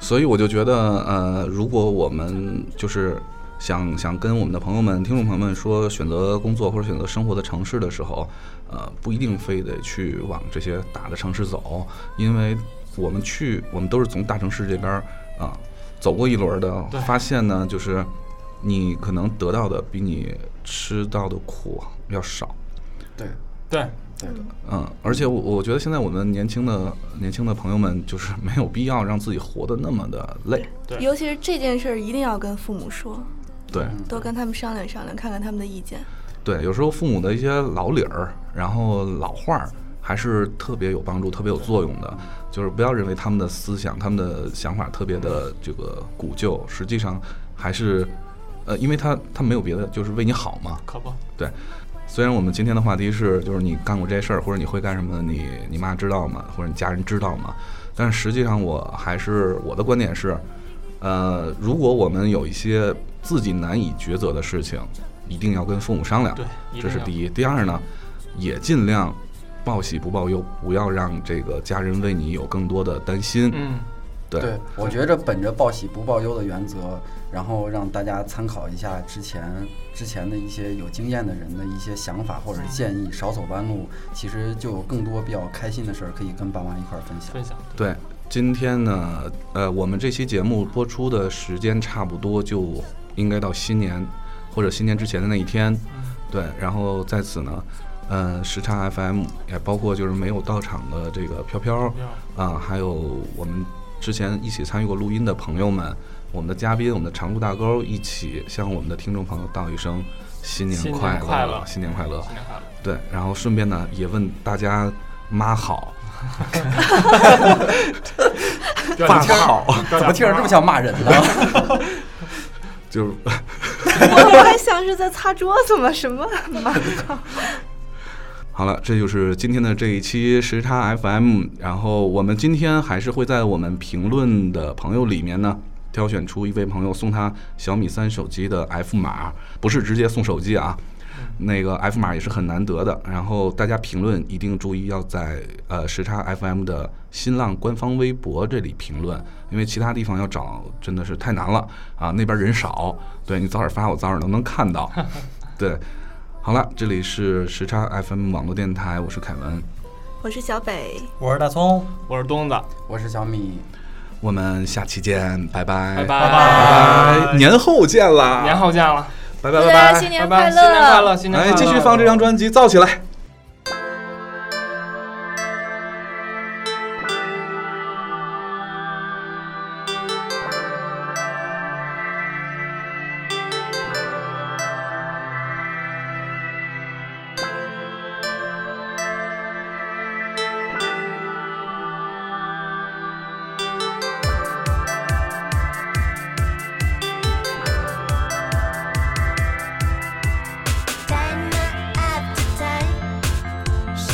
A: 所以我就觉得，呃，如果我们就是想想跟我们的朋友们、听众朋友们说，选择工作或者选择生活的城市的时候，呃，不一定非得去往这些大的城市走，因为我们去，我们都是从大城市这边儿啊、走过一轮儿的
D: 对，
A: 发现呢，就是你可能得到的比你吃到的苦要少。
E: 对，
D: 对，
A: 嗯，而且我我觉得现在我们年轻的年轻的朋友们，就是没有必要让自己活得那么的累。
D: 对
B: 尤其是这件事儿，一定要跟父母说，
A: 对，
B: 多跟他们商量商量，看看他们的意 见。
A: 对，有时候父母的一些老理儿，然后老话儿，还是特别有帮助、特别有作用的。就是不要认为他们的思想、他们的想法特别的这个古旧，实际上还是，呃，因为他他没有别的，就是为你好嘛。
D: 可不，
A: 对，虽然我们今天的话题是，就是你干过这事儿，或者你会干什么，你你妈知道吗？或者你家人知道吗？但实际上，我还是我的观点是，呃，如果我们有一些自己难以抉择的事情，一定要跟父母商量，
D: 对一定
A: 这是
D: 要
A: 第一。第二呢，也尽量报喜不报忧，不要让这个家人为你有更多的担心。
D: 嗯，
A: 对，
E: 对，我觉着本着报喜不报忧的原则，然后让大家参考一下之前之前的一些有经验的人的一些想法或者是建议，少走弯路，其实就有更多比较开心的事儿可以跟爸妈一块儿分享。
D: 分享，
A: 对，今天呢，呃，我们这期节目播出的时间差不多就应该到新年或者新年之前的那一天，对。然后在此呢，呃，时差 FM 也包括就是没有到场的这个飘飘
D: 飘
A: 啊、还有我们之前一起参与过录音的朋友们，我们的嘉宾，我们的长裤大钩，一起向我们的听众朋友道一声新年
D: 新年
A: 快
D: 快乐
A: 新年快乐。
D: 新年快乐，
A: 对，然后顺便呢也问大家妈好，爸好。
E: 怎么听着这么像骂人呢？
A: 就是
B: 我还想是在擦桌子吗？什么？ 妈呀！
A: 好了，这就是今天的这一期时差 FM。然后我们今天还是会在我们评论的朋友里面呢，挑选出一位朋友送他小米三手机的 F 码，不是直接送手机啊。那个 F 码也是很难得的，然后大家评论一定注意要在呃时差 FM 的新浪官方微博这里评论，因为其他地方要找真的是太难了啊，那边人少，对你早点发我早点能能看到，对，好了，这里是时差 FM 网络电台，我是凯文，
B: 我是小北，
C: 我是大葱，
D: 我是东子，
E: 我是小米，
A: 我们下期见，拜拜，
D: 拜
A: 拜
D: 拜
A: 哎拜，年后见啦，
D: 年后见了，
A: 拜拜拜拜，
F: 新
D: 拜
F: 年
D: 拜，
F: 快
D: 新年快乐，新年快
A: 哎，
D: 乐，
A: 继续放这张专辑，造起来。
F: Time after time,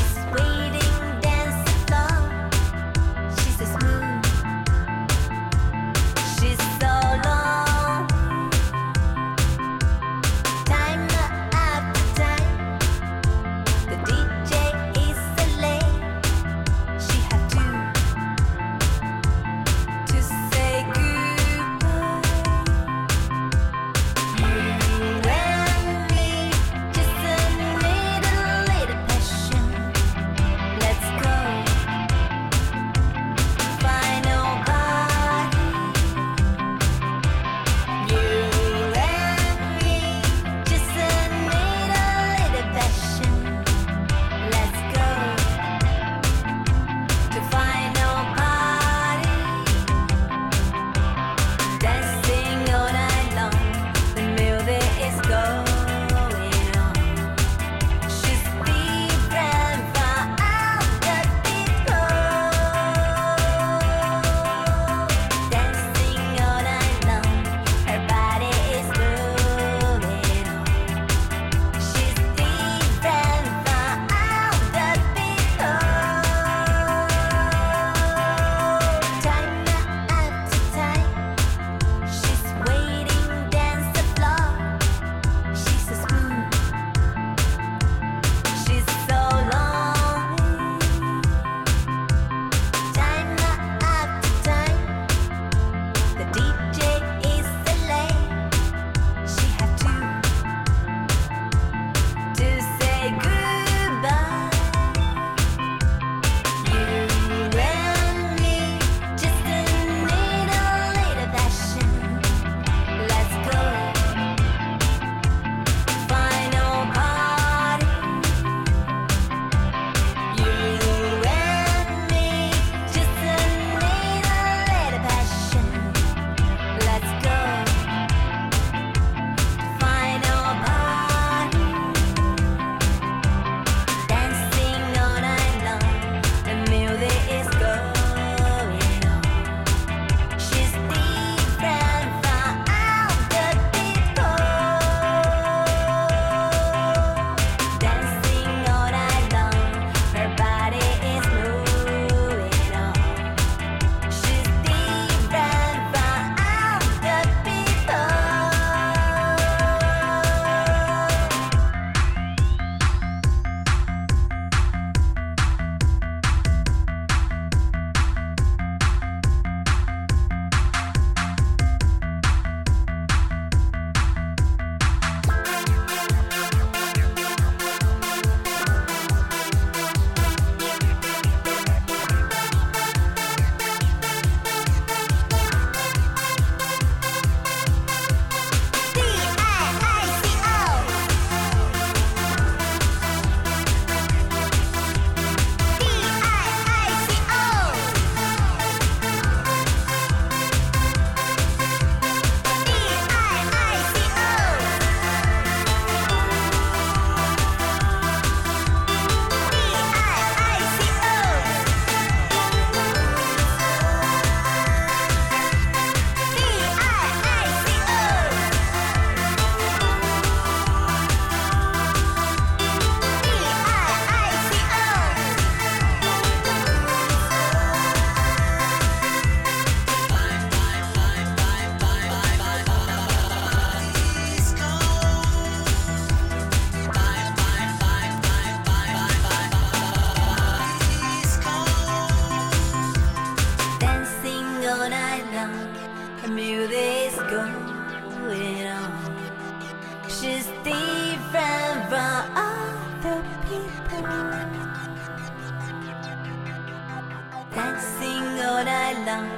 F: down,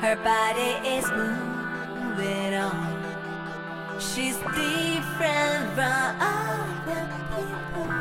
F: her body is moving on. She's different from other people.